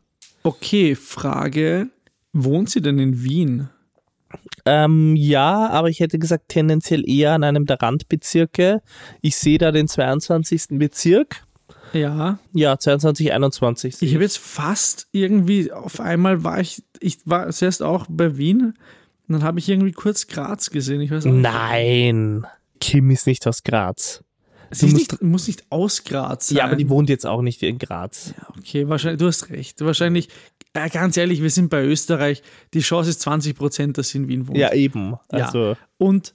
[SPEAKER 1] Okay, Frage: Wohnt sie denn in Wien?
[SPEAKER 2] Ähm, ja, aber ich hätte gesagt, tendenziell eher an einem der Randbezirke. Ich sehe da den 22. Bezirk.
[SPEAKER 1] Ja,
[SPEAKER 2] Ja, 22, 21.
[SPEAKER 1] ich habe jetzt fast irgendwie auf einmal war ich, ich war zuerst auch bei Wien, und dann habe ich irgendwie kurz Graz gesehen. Ich weiß auch nicht.
[SPEAKER 2] Nein, Kim ist nicht aus Graz.
[SPEAKER 1] sie
[SPEAKER 2] du
[SPEAKER 1] ist
[SPEAKER 2] musst-
[SPEAKER 1] nicht, muss nicht aus Graz sein.
[SPEAKER 2] Ja, aber die wohnt jetzt auch nicht in Graz.
[SPEAKER 1] Okay, wahrscheinlich, du hast recht. Wahrscheinlich, äh, ganz ehrlich, wir sind bei Österreich. Die Chance ist 20 Prozent, dass sie in Wien wohnt.
[SPEAKER 2] Ja, eben.
[SPEAKER 1] Ja.
[SPEAKER 2] Also,
[SPEAKER 1] Und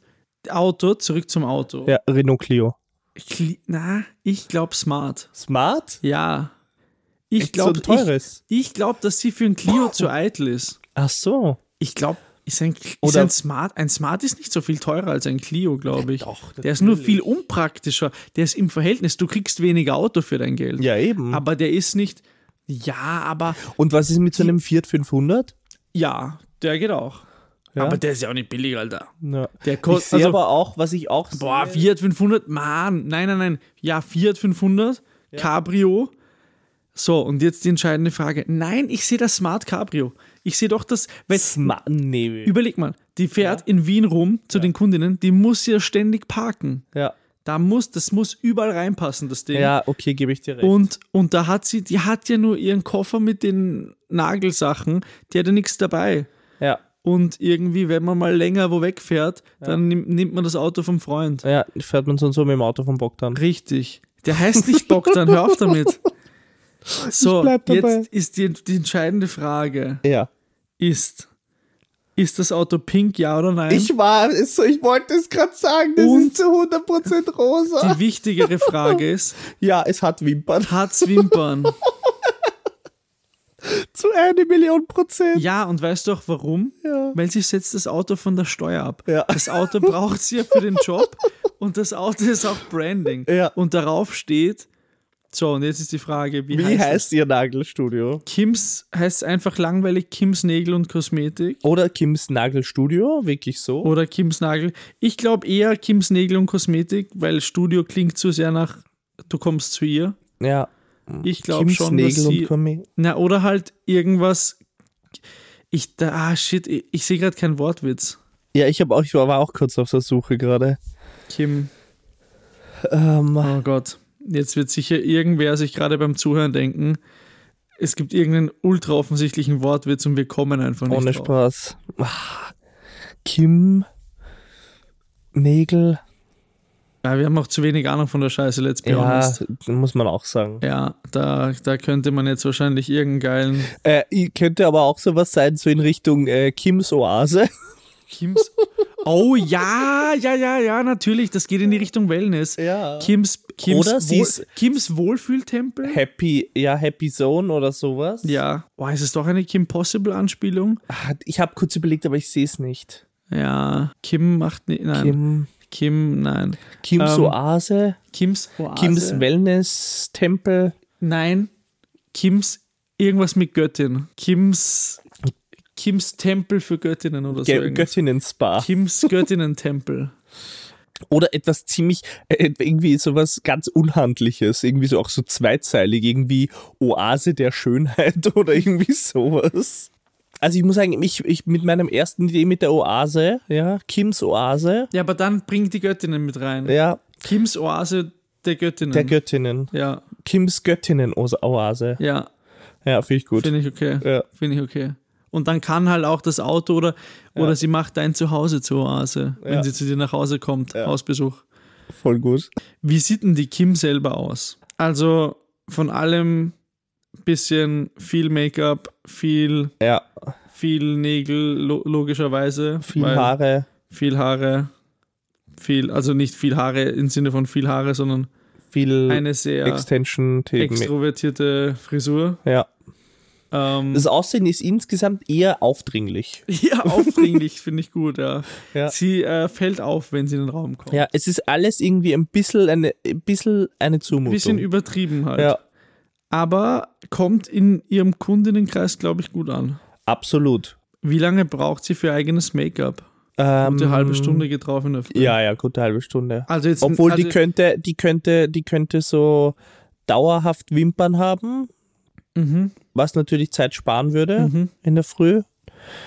[SPEAKER 1] Auto, zurück zum Auto.
[SPEAKER 2] ja, Renault Clio.
[SPEAKER 1] Kli- Na, ich glaube smart.
[SPEAKER 2] Smart?
[SPEAKER 1] Ja.
[SPEAKER 2] Echt
[SPEAKER 1] Ich glaube,
[SPEAKER 2] so ein teures.
[SPEAKER 1] ich, ich glaub, dass sie für ein Clio zu eitel ist.
[SPEAKER 2] Ach so.
[SPEAKER 1] Ich glaube, ist ein, ist
[SPEAKER 2] Oder-
[SPEAKER 1] ein Smart, ein Smart ist nicht so viel teurer als ein Clio, glaube ich.
[SPEAKER 2] Doch,
[SPEAKER 1] der ist nur viel unpraktischer. Der ist im Verhältnis, du kriegst weniger Auto für dein Geld.
[SPEAKER 2] Ja, eben.
[SPEAKER 1] Aber der ist nicht, ja, aber
[SPEAKER 2] Und was ist mit so einem Fiat 500?
[SPEAKER 1] ja, der geht auch.
[SPEAKER 2] Ja.
[SPEAKER 1] Aber der ist ja auch nicht billig, Alter.
[SPEAKER 2] Ja.
[SPEAKER 1] Der
[SPEAKER 2] Ich
[SPEAKER 1] kostet,
[SPEAKER 2] sehe
[SPEAKER 1] also,
[SPEAKER 2] aber auch, was ich auch
[SPEAKER 1] boah,
[SPEAKER 2] sehe.
[SPEAKER 1] Fiat 500, Mann, nein, nein, nein, ja, Fiat 500, Cabrio. So, und jetzt die entscheidende Frage. Nein, ich sehe das Smart Cabrio. Ich sehe doch das, weil
[SPEAKER 2] Smart, nee.
[SPEAKER 1] Überleg mal, die fährt in Wien rum zu den Kundinnen, die muss ja ständig parken.
[SPEAKER 2] ja.
[SPEAKER 1] Da muss, das muss überall reinpassen, das Ding.
[SPEAKER 2] ja, okay, gebe ich dir recht.
[SPEAKER 1] Und, und da hat sie, die hat ja nur ihren Koffer mit den Nagelsachen, die hat ja nichts dabei.
[SPEAKER 2] ja.
[SPEAKER 1] Und irgendwie, wenn man mal länger wo wegfährt, dann nimmt, nimmt man das Auto vom Freund.
[SPEAKER 2] ja, fährt man so und so mit dem Auto von Bogdan.
[SPEAKER 1] Richtig. Der heißt nicht Bogdan, hör auf damit. So,
[SPEAKER 2] bleib dabei.
[SPEAKER 1] jetzt ist die, die entscheidende Frage,
[SPEAKER 2] Ja.
[SPEAKER 1] ist, ist das Auto pink, ja oder nein?
[SPEAKER 2] Ich war es so, ich wollte es gerade sagen, das
[SPEAKER 1] Und-
[SPEAKER 2] ist zu 100% rosa.
[SPEAKER 1] die wichtigere Frage ist,
[SPEAKER 2] Ja, es hat Wimpern.
[SPEAKER 1] Hat's Wimpern.
[SPEAKER 2] Zu eine Million Prozent.
[SPEAKER 1] Ja, und weißt du auch warum?
[SPEAKER 2] Ja.
[SPEAKER 1] Weil sie setzt das Auto von der Steuer ab.
[SPEAKER 2] Ja.
[SPEAKER 1] Das Auto braucht sie ja für den Job und das Auto ist auch Branding.
[SPEAKER 2] Ja.
[SPEAKER 1] Und darauf steht, so, und jetzt ist die Frage, wie,
[SPEAKER 2] Wie
[SPEAKER 1] heißt,
[SPEAKER 2] heißt ihr Nagelstudio?
[SPEAKER 1] es? Kims heißt einfach langweilig Kims Nägel und Kosmetik
[SPEAKER 2] Oder Kims Nagelstudio, wirklich so.
[SPEAKER 1] oder Kims Nagel. Ich glaube eher Kims Nägel und Kosmetik, weil Studio klingt zu sehr nach, du kommst zu ihr.
[SPEAKER 2] Ja.
[SPEAKER 1] Ich glaube schon, dass
[SPEAKER 2] Nägel
[SPEAKER 1] sie
[SPEAKER 2] und Kommi.
[SPEAKER 1] Na, oder halt irgendwas. Ich da, ah, shit, ich, ich sehe gerade keinen Wortwitz.
[SPEAKER 2] Ja, ich, hab auch, ich war auch kurz auf der Suche gerade.
[SPEAKER 1] Kim,
[SPEAKER 2] Ähm,
[SPEAKER 1] oh Gott. Jetzt wird sicher irgendwer sich gerade beim Zuhören denken, es gibt irgendeinen ultra offensichtlichen Wortwitz und wir kommen einfach nicht
[SPEAKER 2] ohne
[SPEAKER 1] drauf.
[SPEAKER 2] Spaß. Ah, Kim. Nägel.
[SPEAKER 1] Ja, wir haben auch zu wenig Ahnung von der Scheiße, let's be
[SPEAKER 2] Ja,
[SPEAKER 1] honest.
[SPEAKER 2] muss man auch sagen.
[SPEAKER 1] Ja, da, da könnte man jetzt wahrscheinlich irgendeinen geilen
[SPEAKER 2] Äh, ich- könnte aber auch sowas sein, so in Richtung äh, Kims Oase.
[SPEAKER 1] Kims. Oh ja, ja, ja, ja, natürlich. Das geht in die Richtung Wellness.
[SPEAKER 2] Ja.
[SPEAKER 1] Kims, Kims,
[SPEAKER 2] Oder sie
[SPEAKER 1] Wohl,
[SPEAKER 2] ist-
[SPEAKER 1] Kims Wohlfühltempel.
[SPEAKER 2] Happy, ja, Happy Zone oder sowas.
[SPEAKER 1] Ja. Boah, ist es doch eine Kim Possible-Anspielung?
[SPEAKER 2] Ah, Ich habe kurz überlegt, aber ich sehe es nicht.
[SPEAKER 1] Ja. Kim macht nicht. Nein. Kim.
[SPEAKER 2] Kim,
[SPEAKER 1] nein.
[SPEAKER 2] Kims
[SPEAKER 1] Ähm,
[SPEAKER 2] Oase,
[SPEAKER 1] Kims Oase.
[SPEAKER 2] Kims Wellness-Tempel.
[SPEAKER 1] Nein. Kims irgendwas mit Göttin. Kims. Kims Tempel für Göttinnen oder so.
[SPEAKER 2] Gö-
[SPEAKER 1] irgendwas.
[SPEAKER 2] Göttinnen-Spa.
[SPEAKER 1] Kims Göttinnen-Tempel.
[SPEAKER 2] Oder etwas ziemlich, äh, irgendwie sowas ganz Unhandliches. Irgendwie so auch so zweizeilig. Irgendwie Oase der Schönheit oder irgendwie sowas. Also ich muss sagen, ich, ich mit meinem ersten Idee mit der Oase, ja, Kims Oase,
[SPEAKER 1] Ja, aber dann bringt die Göttinnen mit rein.
[SPEAKER 2] ja,
[SPEAKER 1] Kims Oase der Göttinnen.
[SPEAKER 2] der Göttinnen.
[SPEAKER 1] ja,
[SPEAKER 2] Kims Göttinnen-Oase.
[SPEAKER 1] ja.
[SPEAKER 2] Ja. Ja, finde ich gut.
[SPEAKER 1] Finde ich okay.
[SPEAKER 2] ja.
[SPEAKER 1] Finde ich okay. Und dann kann halt auch das Auto oder, oder sie macht dein Zuhause zur Oase, wenn
[SPEAKER 2] Ja.
[SPEAKER 1] sie zu dir nach Hause kommt, Hausbesuch.
[SPEAKER 2] Voll gut.
[SPEAKER 1] Wie sieht denn die Kim selber aus? Also von allem bisschen viel Make-up, viel,
[SPEAKER 2] Ja,
[SPEAKER 1] viel Nägel, lo logischerweise.
[SPEAKER 2] viel
[SPEAKER 1] weil
[SPEAKER 2] Haare,
[SPEAKER 1] Viel Haare. Viel, also nicht viel Haare im Sinne von viel Haare, sondern
[SPEAKER 2] viel
[SPEAKER 1] eine sehr
[SPEAKER 2] Extension-Themen.
[SPEAKER 1] extrovertierte Frisur.
[SPEAKER 2] Ja.
[SPEAKER 1] Ähm,
[SPEAKER 2] Das Aussehen ist insgesamt eher aufdringlich.
[SPEAKER 1] Ja, aufdringlich finde ich gut, ja.
[SPEAKER 2] Ja.
[SPEAKER 1] Sie äh, fällt auf, wenn sie in den Raum kommt.
[SPEAKER 2] Ja, es ist alles irgendwie ein bisschen eine, ein bisschen eine Zumutung.
[SPEAKER 1] Bisschen übertrieben halt.
[SPEAKER 2] ja,
[SPEAKER 1] Aber kommt in ihrem Kundenkreis, glaube ich, gut an.
[SPEAKER 2] absolut.
[SPEAKER 1] Wie lange braucht sie für eigenes Make-up?
[SPEAKER 2] Ähm,
[SPEAKER 1] Gute halbe Stunde geht drauf in der Früh.
[SPEAKER 2] Ja, ja, gute halbe Stunde.
[SPEAKER 1] Also jetzt,
[SPEAKER 2] Obwohl
[SPEAKER 1] also,
[SPEAKER 2] die könnte, die könnte, die könnte so dauerhaft Wimpern haben,
[SPEAKER 1] Mhm,
[SPEAKER 2] was natürlich Zeit sparen würde
[SPEAKER 1] mhm.
[SPEAKER 2] in der Früh,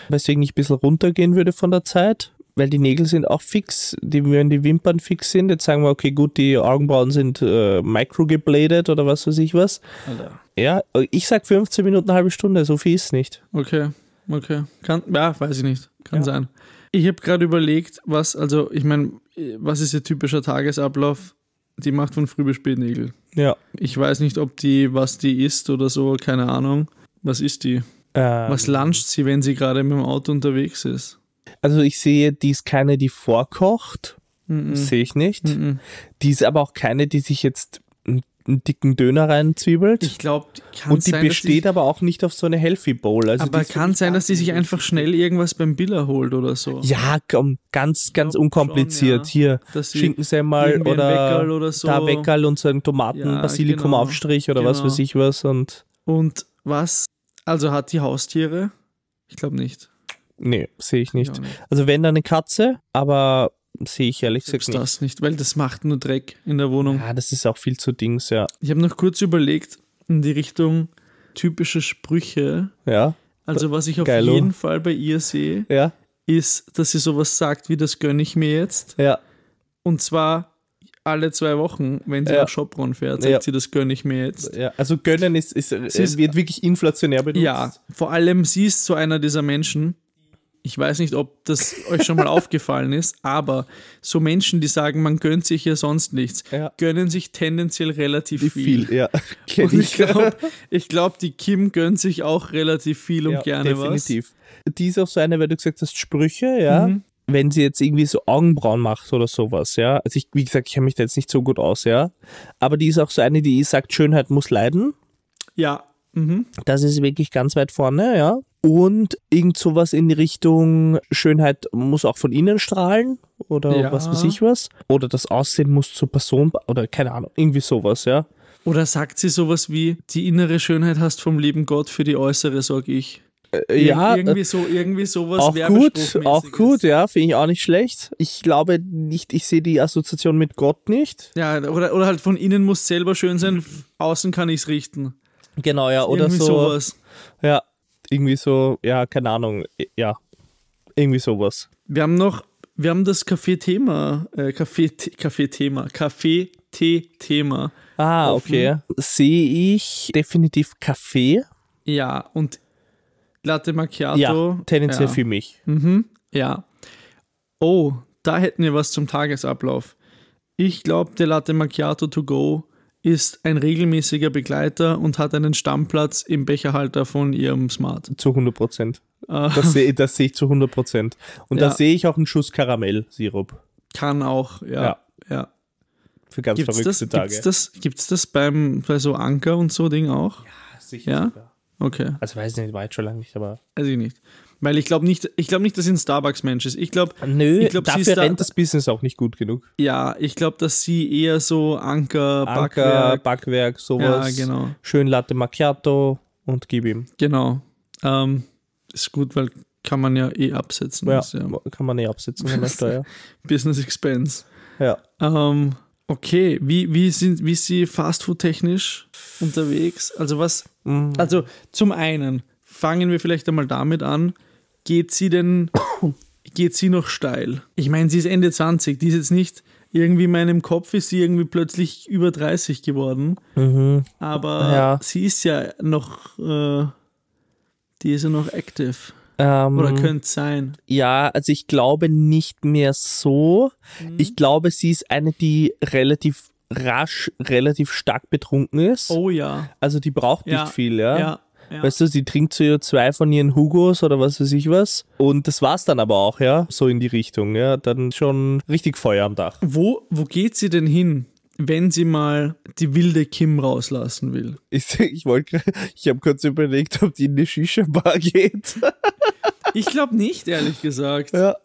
[SPEAKER 2] weswegen ich ein bisschen runtergehen würde von der Zeit, weil die Nägel sind auch fix, die, wenn die Wimpern fix sind, jetzt sagen wir, okay, gut, die Augenbrauen sind äh, microgebladet oder was weiß ich was.
[SPEAKER 1] Alter.
[SPEAKER 2] Ja, ich sag 15 Minuten, eine halbe Stunde, so viel ist nicht.
[SPEAKER 1] Okay, okay. Kann, ja, weiß ich nicht. Kann
[SPEAKER 2] Ja.
[SPEAKER 1] sein. Ich habe gerade überlegt, was, also ich meine, was ist ihr typischer Tagesablauf? Die macht von früh bis spät Nägel.
[SPEAKER 2] Ja.
[SPEAKER 1] Ich weiß nicht, ob die, was die isst oder so, keine Ahnung. Was ist die?
[SPEAKER 2] Ähm,
[SPEAKER 1] Was luncht sie, wenn sie gerade mit dem Auto unterwegs ist?
[SPEAKER 2] also ich sehe, die ist keine, die vorkocht,
[SPEAKER 1] Mhm.
[SPEAKER 2] sehe ich nicht.
[SPEAKER 1] Mhm.
[SPEAKER 2] Die ist aber auch keine, die sich jetzt einen, einen dicken Döner reinzwiebelt.
[SPEAKER 1] Ich glaube, kann
[SPEAKER 2] und die
[SPEAKER 1] sein,
[SPEAKER 2] besteht
[SPEAKER 1] dass
[SPEAKER 2] aber auch nicht auf so eine Healthy Bowl.
[SPEAKER 1] die,
[SPEAKER 2] Also die
[SPEAKER 1] aber
[SPEAKER 2] ist
[SPEAKER 1] kann
[SPEAKER 2] wirklich
[SPEAKER 1] sein, dass die sich
[SPEAKER 2] ganz-
[SPEAKER 1] einfach schnell irgendwas beim Biller holt oder so.
[SPEAKER 2] Ja, komm, ganz, ganz
[SPEAKER 1] glaub
[SPEAKER 2] unkompliziert.
[SPEAKER 1] schon,
[SPEAKER 2] Hier,
[SPEAKER 1] Dass sie
[SPEAKER 2] Schinkensemmel
[SPEAKER 1] irgendwie ein
[SPEAKER 2] oder,
[SPEAKER 1] Weckerl oder so.
[SPEAKER 2] da Weckerl und so einen Tomaten-Basilikum-Aufstrich oder was
[SPEAKER 1] genau.
[SPEAKER 2] weiß ich was. Und
[SPEAKER 1] Und was? Also hat die Haustiere? Ich glaube nicht.
[SPEAKER 2] nee, sehe ich
[SPEAKER 1] Ich
[SPEAKER 2] nicht.
[SPEAKER 1] auch nicht.
[SPEAKER 2] Also wenn, dann eine Katze, aber sehe ich ehrlich gesagt
[SPEAKER 1] Selbst
[SPEAKER 2] nicht.
[SPEAKER 1] das nicht, weil das macht nur Dreck in der Wohnung.
[SPEAKER 2] Ja, das ist auch viel zu Dings, ja.
[SPEAKER 1] Ich habe noch kurz überlegt in die Richtung typische Sprüche.
[SPEAKER 2] Ja,
[SPEAKER 1] Also was ich auf
[SPEAKER 2] Geilo.
[SPEAKER 1] jeden Fall bei ihr sehe,
[SPEAKER 2] ja,
[SPEAKER 1] ist, dass sie sowas sagt wie das gönne ich mir jetzt.
[SPEAKER 2] ja.
[SPEAKER 1] Und zwar alle zwei Wochen, wenn sie
[SPEAKER 2] Ja.
[SPEAKER 1] nach Shopron fährt, sagt
[SPEAKER 2] Ja.
[SPEAKER 1] sie, das gönne ich mir jetzt.
[SPEAKER 2] ja. Also gönnen ist, ist, äh,
[SPEAKER 1] ist-
[SPEAKER 2] wird wirklich inflationär benutzt.
[SPEAKER 1] Ja, vor allem sie ist so einer dieser Menschen. Ich weiß nicht, ob das euch schon mal aufgefallen ist, aber so Menschen, die sagen, man gönnt sich ja sonst nichts,
[SPEAKER 2] Ja.
[SPEAKER 1] gönnen sich tendenziell relativ
[SPEAKER 2] Wie
[SPEAKER 1] viel.
[SPEAKER 2] viel, ja. Kenn
[SPEAKER 1] Und ich glaube, ich glaub, die Kim gönnt sich auch relativ viel und
[SPEAKER 2] ja,
[SPEAKER 1] gerne
[SPEAKER 2] definitiv. Die ist auch so eine, weil du gesagt hast, Sprüche, ja.
[SPEAKER 1] Mhm.
[SPEAKER 2] Wenn sie jetzt irgendwie so Augenbrauen macht oder sowas, ja. Also ich, wie gesagt, ich kenne mich da jetzt nicht so gut aus, ja. Aber die ist auch so eine, die sagt, Schönheit muss leiden.
[SPEAKER 1] was. Ja, mhm.
[SPEAKER 2] Das ist wirklich ganz weit vorne, ja. Und irgend sowas in die Richtung Schönheit muss auch von innen strahlen oder
[SPEAKER 1] Ja.
[SPEAKER 2] was weiß ich was. Oder das Aussehen muss zur Person pa- oder keine Ahnung, irgendwie sowas, ja.
[SPEAKER 1] Oder sagt sie sowas wie, die innere Schönheit hast vom lieben Gott, für die äußere sorge ich.
[SPEAKER 2] Äh, ja,
[SPEAKER 1] irgendwie, so, irgendwie sowas
[SPEAKER 2] auch gut,
[SPEAKER 1] Werbespruchmäßiges.
[SPEAKER 2] auch gut, ja, finde ich auch nicht schlecht. Ich glaube nicht, ich sehe die Assoziation mit Gott nicht.
[SPEAKER 1] Ja, oder, oder halt von innen muss selber schön sein, außen kann ich es richten.
[SPEAKER 2] Genau, ja, Mhm. oder
[SPEAKER 1] Irgendwie
[SPEAKER 2] so.
[SPEAKER 1] sowas.
[SPEAKER 2] Ja, irgendwie so, ja, keine Ahnung, ja, irgendwie sowas.
[SPEAKER 1] Wir haben noch, wir haben das Kaffee-Thema, äh, Kaffee-Thema, Kaffee-Tee-Thema.
[SPEAKER 2] Ah, okay. Sehe ich definitiv Kaffee.
[SPEAKER 1] Ja, und Latte Macchiato.
[SPEAKER 2] Ja, tendenziell
[SPEAKER 1] ja.
[SPEAKER 2] für mich.
[SPEAKER 1] Mhm, ja. Oh, da hätten wir was zum Tagesablauf. Ich glaube, der Latte Macchiato to go ist ein regelmäßiger Begleiter und hat einen Stammplatz im Becherhalter von ihrem Smart.
[SPEAKER 2] Zu 100 Prozent.
[SPEAKER 1] Ah.
[SPEAKER 2] Das sehe das sehe ich zu 100 Prozent. Und
[SPEAKER 1] Ja.
[SPEAKER 2] da sehe ich auch einen Schuss Karamellsirup.
[SPEAKER 1] Kann auch, ja.
[SPEAKER 2] Ja.
[SPEAKER 1] ja.
[SPEAKER 2] Für ganz
[SPEAKER 1] Gibt's das,
[SPEAKER 2] verrückte Tage.
[SPEAKER 1] gibt's das, gibt's das beim, bei so Anker und so Ding auch?
[SPEAKER 2] Sicher
[SPEAKER 1] Ja?
[SPEAKER 2] sogar.
[SPEAKER 1] Okay,
[SPEAKER 2] Also weiß nicht, war jetzt schon lange nicht, aber.
[SPEAKER 1] weiß ich nicht. Weil ich glaube nicht, ich glaube nicht, dass sie ein Starbucks-Mensch ist. Ich glaube,
[SPEAKER 2] Nö,
[SPEAKER 1] Ich glaub, sie
[SPEAKER 2] dafür
[SPEAKER 1] ist da-
[SPEAKER 2] rennt das Business auch nicht gut genug.
[SPEAKER 1] ja, ich glaube, dass sie eher so Anker,
[SPEAKER 2] Anker,
[SPEAKER 1] Backwerk,
[SPEAKER 2] Backwerk, sowas.
[SPEAKER 1] Ja, genau.
[SPEAKER 2] Schön Latte Macchiato und gib ihm.
[SPEAKER 1] genau. Ähm, ist gut, weil kann man ja eh absetzen.
[SPEAKER 2] Ja,
[SPEAKER 1] Ist ja
[SPEAKER 2] kann man eh absitzen von der Steuer.
[SPEAKER 1] Business Expense.
[SPEAKER 2] Ja.
[SPEAKER 1] Ähm, okay, wie, wie, sind, wie ist sie fastfood-technisch unterwegs? Also was,
[SPEAKER 2] Mm.
[SPEAKER 1] also zum einen, fangen wir vielleicht einmal damit an, geht sie denn, geht sie noch steil? Ich meine, sie ist Ende 20, die ist jetzt nicht irgendwie in meinem Kopf ist sie irgendwie plötzlich über 30 geworden.
[SPEAKER 2] Mhm.
[SPEAKER 1] Aber
[SPEAKER 2] Ja.
[SPEAKER 1] sie ist ja noch, äh, die ist ja noch active.
[SPEAKER 2] Ähm,
[SPEAKER 1] Oder könnte sein.
[SPEAKER 2] Ja, also ich glaube nicht mehr so. Ich glaube, sie ist eine, die relativ rasch, relativ stark betrunken ist.
[SPEAKER 1] Oh ja.
[SPEAKER 2] Also die braucht
[SPEAKER 1] Ja,
[SPEAKER 2] nicht viel,
[SPEAKER 1] Ja.
[SPEAKER 2] ja.
[SPEAKER 1] ja.
[SPEAKER 2] Weißt du, sie trinkt CO2 von ihren Hugos oder was weiß ich was. Und das war's dann aber auch, ja. So in die Richtung, ja. Dann schon richtig Feuer am Dach.
[SPEAKER 1] Wo, wo geht sie denn hin, wenn sie mal die wilde Kim rauslassen will?
[SPEAKER 2] Ich, ich wollte, ich habe kurz überlegt, ob die in die Shisha-Bar geht.
[SPEAKER 1] Ich glaube nicht, ehrlich gesagt.
[SPEAKER 2] Ja.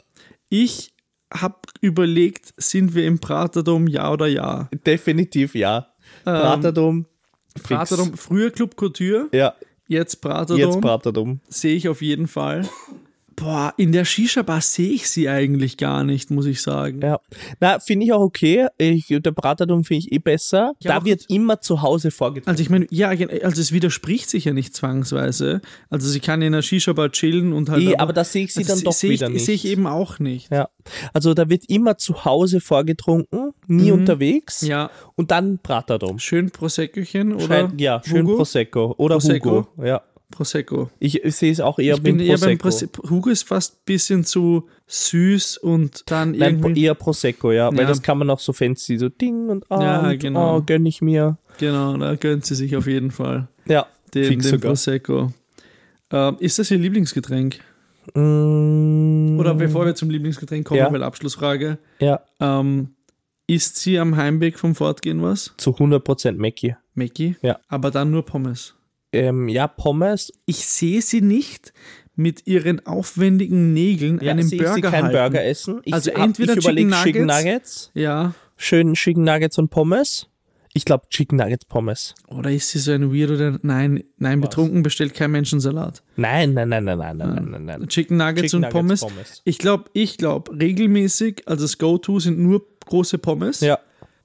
[SPEAKER 1] Ich habe überlegt, sind wir im Praterdom, ja oder ja?
[SPEAKER 2] Definitiv ja. Praterdom. fix.
[SPEAKER 1] Praterdom, früher Club Couture,
[SPEAKER 2] Ja,
[SPEAKER 1] jetzt Praterdom.
[SPEAKER 2] jetzt Praterdom.
[SPEAKER 1] sehe ich auf jeden Fall. Boah, in der Shisha-Bar sehe ich sie eigentlich gar nicht, muss ich sagen.
[SPEAKER 2] Ja. Na, finde ich auch okay. Ich, der Praterdom finde ich eh besser.
[SPEAKER 1] Ja,
[SPEAKER 2] da
[SPEAKER 1] auch-
[SPEAKER 2] wird immer zu Hause vorgetragen.
[SPEAKER 1] Also ich meine, ja, gen- also es widerspricht sich ja nicht zwangsweise. Also sie kann in der Shisha-Bar chillen und halt...
[SPEAKER 2] eh, aber da sehe ich sie
[SPEAKER 1] Also
[SPEAKER 2] dann
[SPEAKER 1] se-
[SPEAKER 2] doch
[SPEAKER 1] sehe
[SPEAKER 2] wieder
[SPEAKER 1] ich,
[SPEAKER 2] nicht.
[SPEAKER 1] Sehe ich eben auch nicht.
[SPEAKER 2] ja. Also da wird immer zu Hause vorgetrunken, nie unterwegs.
[SPEAKER 1] Mhm. Ja,
[SPEAKER 2] Und dann Praterdom.
[SPEAKER 1] schön Proseccochen oder
[SPEAKER 2] Schein, ja, schön
[SPEAKER 1] Hugo?
[SPEAKER 2] Prosecco oder
[SPEAKER 1] Prosecco?
[SPEAKER 2] Hugo. Ja.
[SPEAKER 1] Prosecco.
[SPEAKER 2] Ich, ich sehe es auch eher
[SPEAKER 1] Ich bin
[SPEAKER 2] mit
[SPEAKER 1] eher beim
[SPEAKER 2] Prosecco.
[SPEAKER 1] Prosecco. Hugo ist fast ein bisschen zu süß und dann
[SPEAKER 2] Nein,
[SPEAKER 1] irgendwie...
[SPEAKER 2] eher Prosecco, ja,
[SPEAKER 1] Ja.
[SPEAKER 2] Weil das kann man auch so fancy, so Ding und ah,
[SPEAKER 1] Ja,
[SPEAKER 2] und,
[SPEAKER 1] genau.
[SPEAKER 2] ah, gönn ich mir.
[SPEAKER 1] Genau, da gönnt sie sich auf jeden Fall
[SPEAKER 2] Ja,
[SPEAKER 1] den,
[SPEAKER 2] fix
[SPEAKER 1] den
[SPEAKER 2] sogar.
[SPEAKER 1] Prosecco. Ähm, ist das ihr Lieblingsgetränk?
[SPEAKER 2] Mm,
[SPEAKER 1] Oder bevor wir zum Lieblingsgetränk kommen,
[SPEAKER 2] Ja.
[SPEAKER 1] weil Abschlussfrage.
[SPEAKER 2] ja,
[SPEAKER 1] Ähm, isst sie am Heimweg vom Fortgehen was?
[SPEAKER 2] zu 100% Mackie.
[SPEAKER 1] Mackie?
[SPEAKER 2] Ja.
[SPEAKER 1] Aber dann nur Pommes.
[SPEAKER 2] Ähm, ja, Pommes.
[SPEAKER 1] Ich sehe sie nicht mit ihren aufwendigen Nägeln
[SPEAKER 2] Ja,
[SPEAKER 1] einen
[SPEAKER 2] sehe ich
[SPEAKER 1] Burger
[SPEAKER 2] sie kein
[SPEAKER 1] halten.
[SPEAKER 2] Burger essen. Ich
[SPEAKER 1] Also
[SPEAKER 2] hab-
[SPEAKER 1] entweder
[SPEAKER 2] ich überleg
[SPEAKER 1] Chicken
[SPEAKER 2] Chicken
[SPEAKER 1] Nuggets.
[SPEAKER 2] Nuggets.
[SPEAKER 1] Ja.
[SPEAKER 2] Schön Chicken Nuggets und Pommes. Ich glaube Chicken Nuggets Pommes.
[SPEAKER 1] Oder ist sie so ein Weirdo, der... Nein, nein, betrunken bestellt kein Menschensalat.
[SPEAKER 2] Nein, nein, nein, nein, nein, nein, nein, nein, nein.
[SPEAKER 1] Chicken Nuggets
[SPEAKER 2] Chicken
[SPEAKER 1] und Pommes.
[SPEAKER 2] Nuggets, Pommes.
[SPEAKER 1] Ich glaube, ich glaube, regelmäßig, also das Go-To sind nur große Pommes.
[SPEAKER 2] Ja,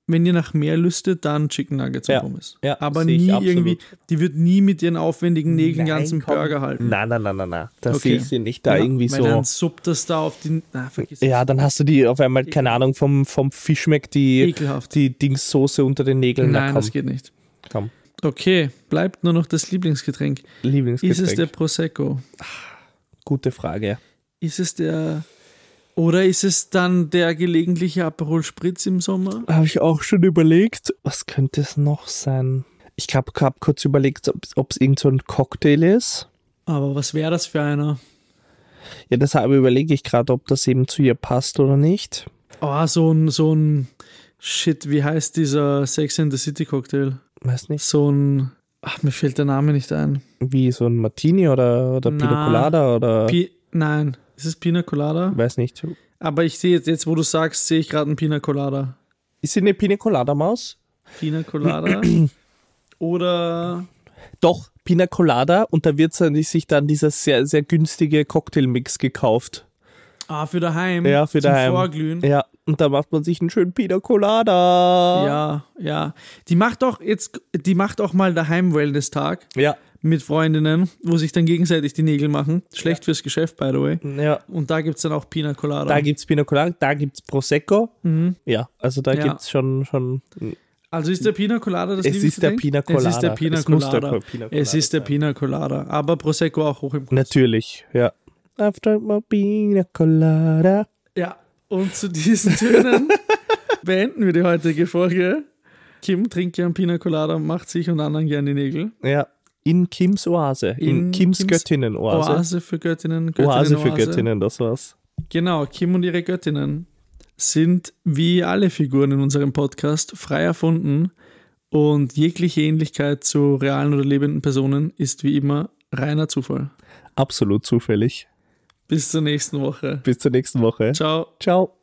[SPEAKER 1] wenn ihr nach mehr lüstet, dann Chicken Nuggets und
[SPEAKER 2] Ja,
[SPEAKER 1] Pommes.
[SPEAKER 2] ja,
[SPEAKER 1] Aber
[SPEAKER 2] sehe ich
[SPEAKER 1] nie
[SPEAKER 2] absolut.
[SPEAKER 1] irgendwie, die wird nie mit ihren aufwendigen Nägeln
[SPEAKER 2] Nein,
[SPEAKER 1] ganzen
[SPEAKER 2] komm.
[SPEAKER 1] Burger halten.
[SPEAKER 2] nein, nein, nein, nein, nein. Da
[SPEAKER 1] Okay.
[SPEAKER 2] sehe ich sie nicht da
[SPEAKER 1] Ja,
[SPEAKER 2] irgendwie
[SPEAKER 1] weil
[SPEAKER 2] so.
[SPEAKER 1] Dann suppt das da auf die. Na, vergiss es.
[SPEAKER 2] Ja, dann hast du die auf einmal, keine Ahnung, vom, vom Fischmeck die,
[SPEAKER 1] Ekelhaft.
[SPEAKER 2] die Dingssoße unter den Nägeln.
[SPEAKER 1] Nein,
[SPEAKER 2] Na, komm,
[SPEAKER 1] das geht nicht.
[SPEAKER 2] komm.
[SPEAKER 1] Okay, bleibt nur noch das Lieblingsgetränk. Ist es
[SPEAKER 2] Lieblingsgetränk.
[SPEAKER 1] der Prosecco?
[SPEAKER 2] Gute Frage.
[SPEAKER 1] Ist es der. Oder ist es dann der gelegentliche Aperol Spritz im Sommer?
[SPEAKER 2] Habe ich auch schon überlegt. Was könnte es noch sein? Ich habe hab kurz überlegt, ob es irgend so ein Cocktail ist.
[SPEAKER 1] Aber was wäre das für einer?
[SPEAKER 2] Ja, deshalb überlege ich gerade, ob das eben zu ihr passt oder nicht.
[SPEAKER 1] Oh, so ein, so ein Shit, wie heißt dieser Sex in the City Cocktail?
[SPEAKER 2] Weiß nicht.
[SPEAKER 1] So ein. Ach, mir fällt der Name nicht ein.
[SPEAKER 2] Wie so ein Martini oder, oder Pina
[SPEAKER 1] Na,
[SPEAKER 2] Colada oder.
[SPEAKER 1] Pi Nein, ist es Pina Colada?
[SPEAKER 2] weiß nicht.
[SPEAKER 1] Aber ich sehe jetzt, jetzt wo du sagst, sehe ich gerade einen Pina Colada.
[SPEAKER 2] Ist sie eine Pina Colada Maus?
[SPEAKER 1] Pina Colada. Oder
[SPEAKER 2] Doch, Pina Colada und da wird dann- sich dann dieser sehr, sehr günstige Cocktailmix gekauft.
[SPEAKER 1] ah, für daheim.
[SPEAKER 2] Ja, für
[SPEAKER 1] zum
[SPEAKER 2] daheim.
[SPEAKER 1] Vorglühen.
[SPEAKER 2] Mhm. Ja, und da macht man sich einen schönen Pina Colada.
[SPEAKER 1] Ja, ja. Die macht doch jetzt, die macht auch mal daheim Wellness-Tag
[SPEAKER 2] Ja.
[SPEAKER 1] mit Freundinnen, wo sich dann gegenseitig die Nägel machen. Schlecht fürs Geschäft, by the way.
[SPEAKER 2] Ja.
[SPEAKER 1] Und da gibt es dann auch Pina Colada.
[SPEAKER 2] Da gibt's Pina Colada, da gibt's Prosecco.
[SPEAKER 1] mhm.
[SPEAKER 2] Ja, also da
[SPEAKER 1] Ja.
[SPEAKER 2] gibt's schon, schon.
[SPEAKER 1] Also ist der Pina Colada das
[SPEAKER 2] Es ist der
[SPEAKER 1] Lieblingsgetränk?
[SPEAKER 2] Pina Colada.
[SPEAKER 1] Es ist der Pina
[SPEAKER 2] Es muss der
[SPEAKER 1] Colada.
[SPEAKER 2] Pina Colada
[SPEAKER 1] Es ist der
[SPEAKER 2] sein.
[SPEAKER 1] Pina Colada. Aber Prosecco auch hoch im Kurs.
[SPEAKER 2] Natürlich, ja. I've drank my Pina Colada.
[SPEAKER 1] Ja, und zu diesen Tönen beenden wir die heutige Folge. Kim trinkt gern Pina Colada und macht sich und anderen gern die Nägel.
[SPEAKER 2] Ja. In Kims Oase. In,
[SPEAKER 1] In
[SPEAKER 2] Kims,
[SPEAKER 1] Kims
[SPEAKER 2] Göttinnen-Oase. Oase,
[SPEAKER 1] Oase für Göttinnen, Göttinnen
[SPEAKER 2] für Göttinnen, das war's.
[SPEAKER 1] Genau, Kim und ihre Göttinnen sind wie alle Figuren in unserem Podcast frei erfunden und jegliche Ähnlichkeit zu realen oder lebenden Personen ist wie immer reiner Zufall.
[SPEAKER 2] Absolut zufällig.
[SPEAKER 1] Bis zur nächsten Woche.
[SPEAKER 2] Bis zur nächsten Woche.
[SPEAKER 1] Ciao.
[SPEAKER 2] Ciao.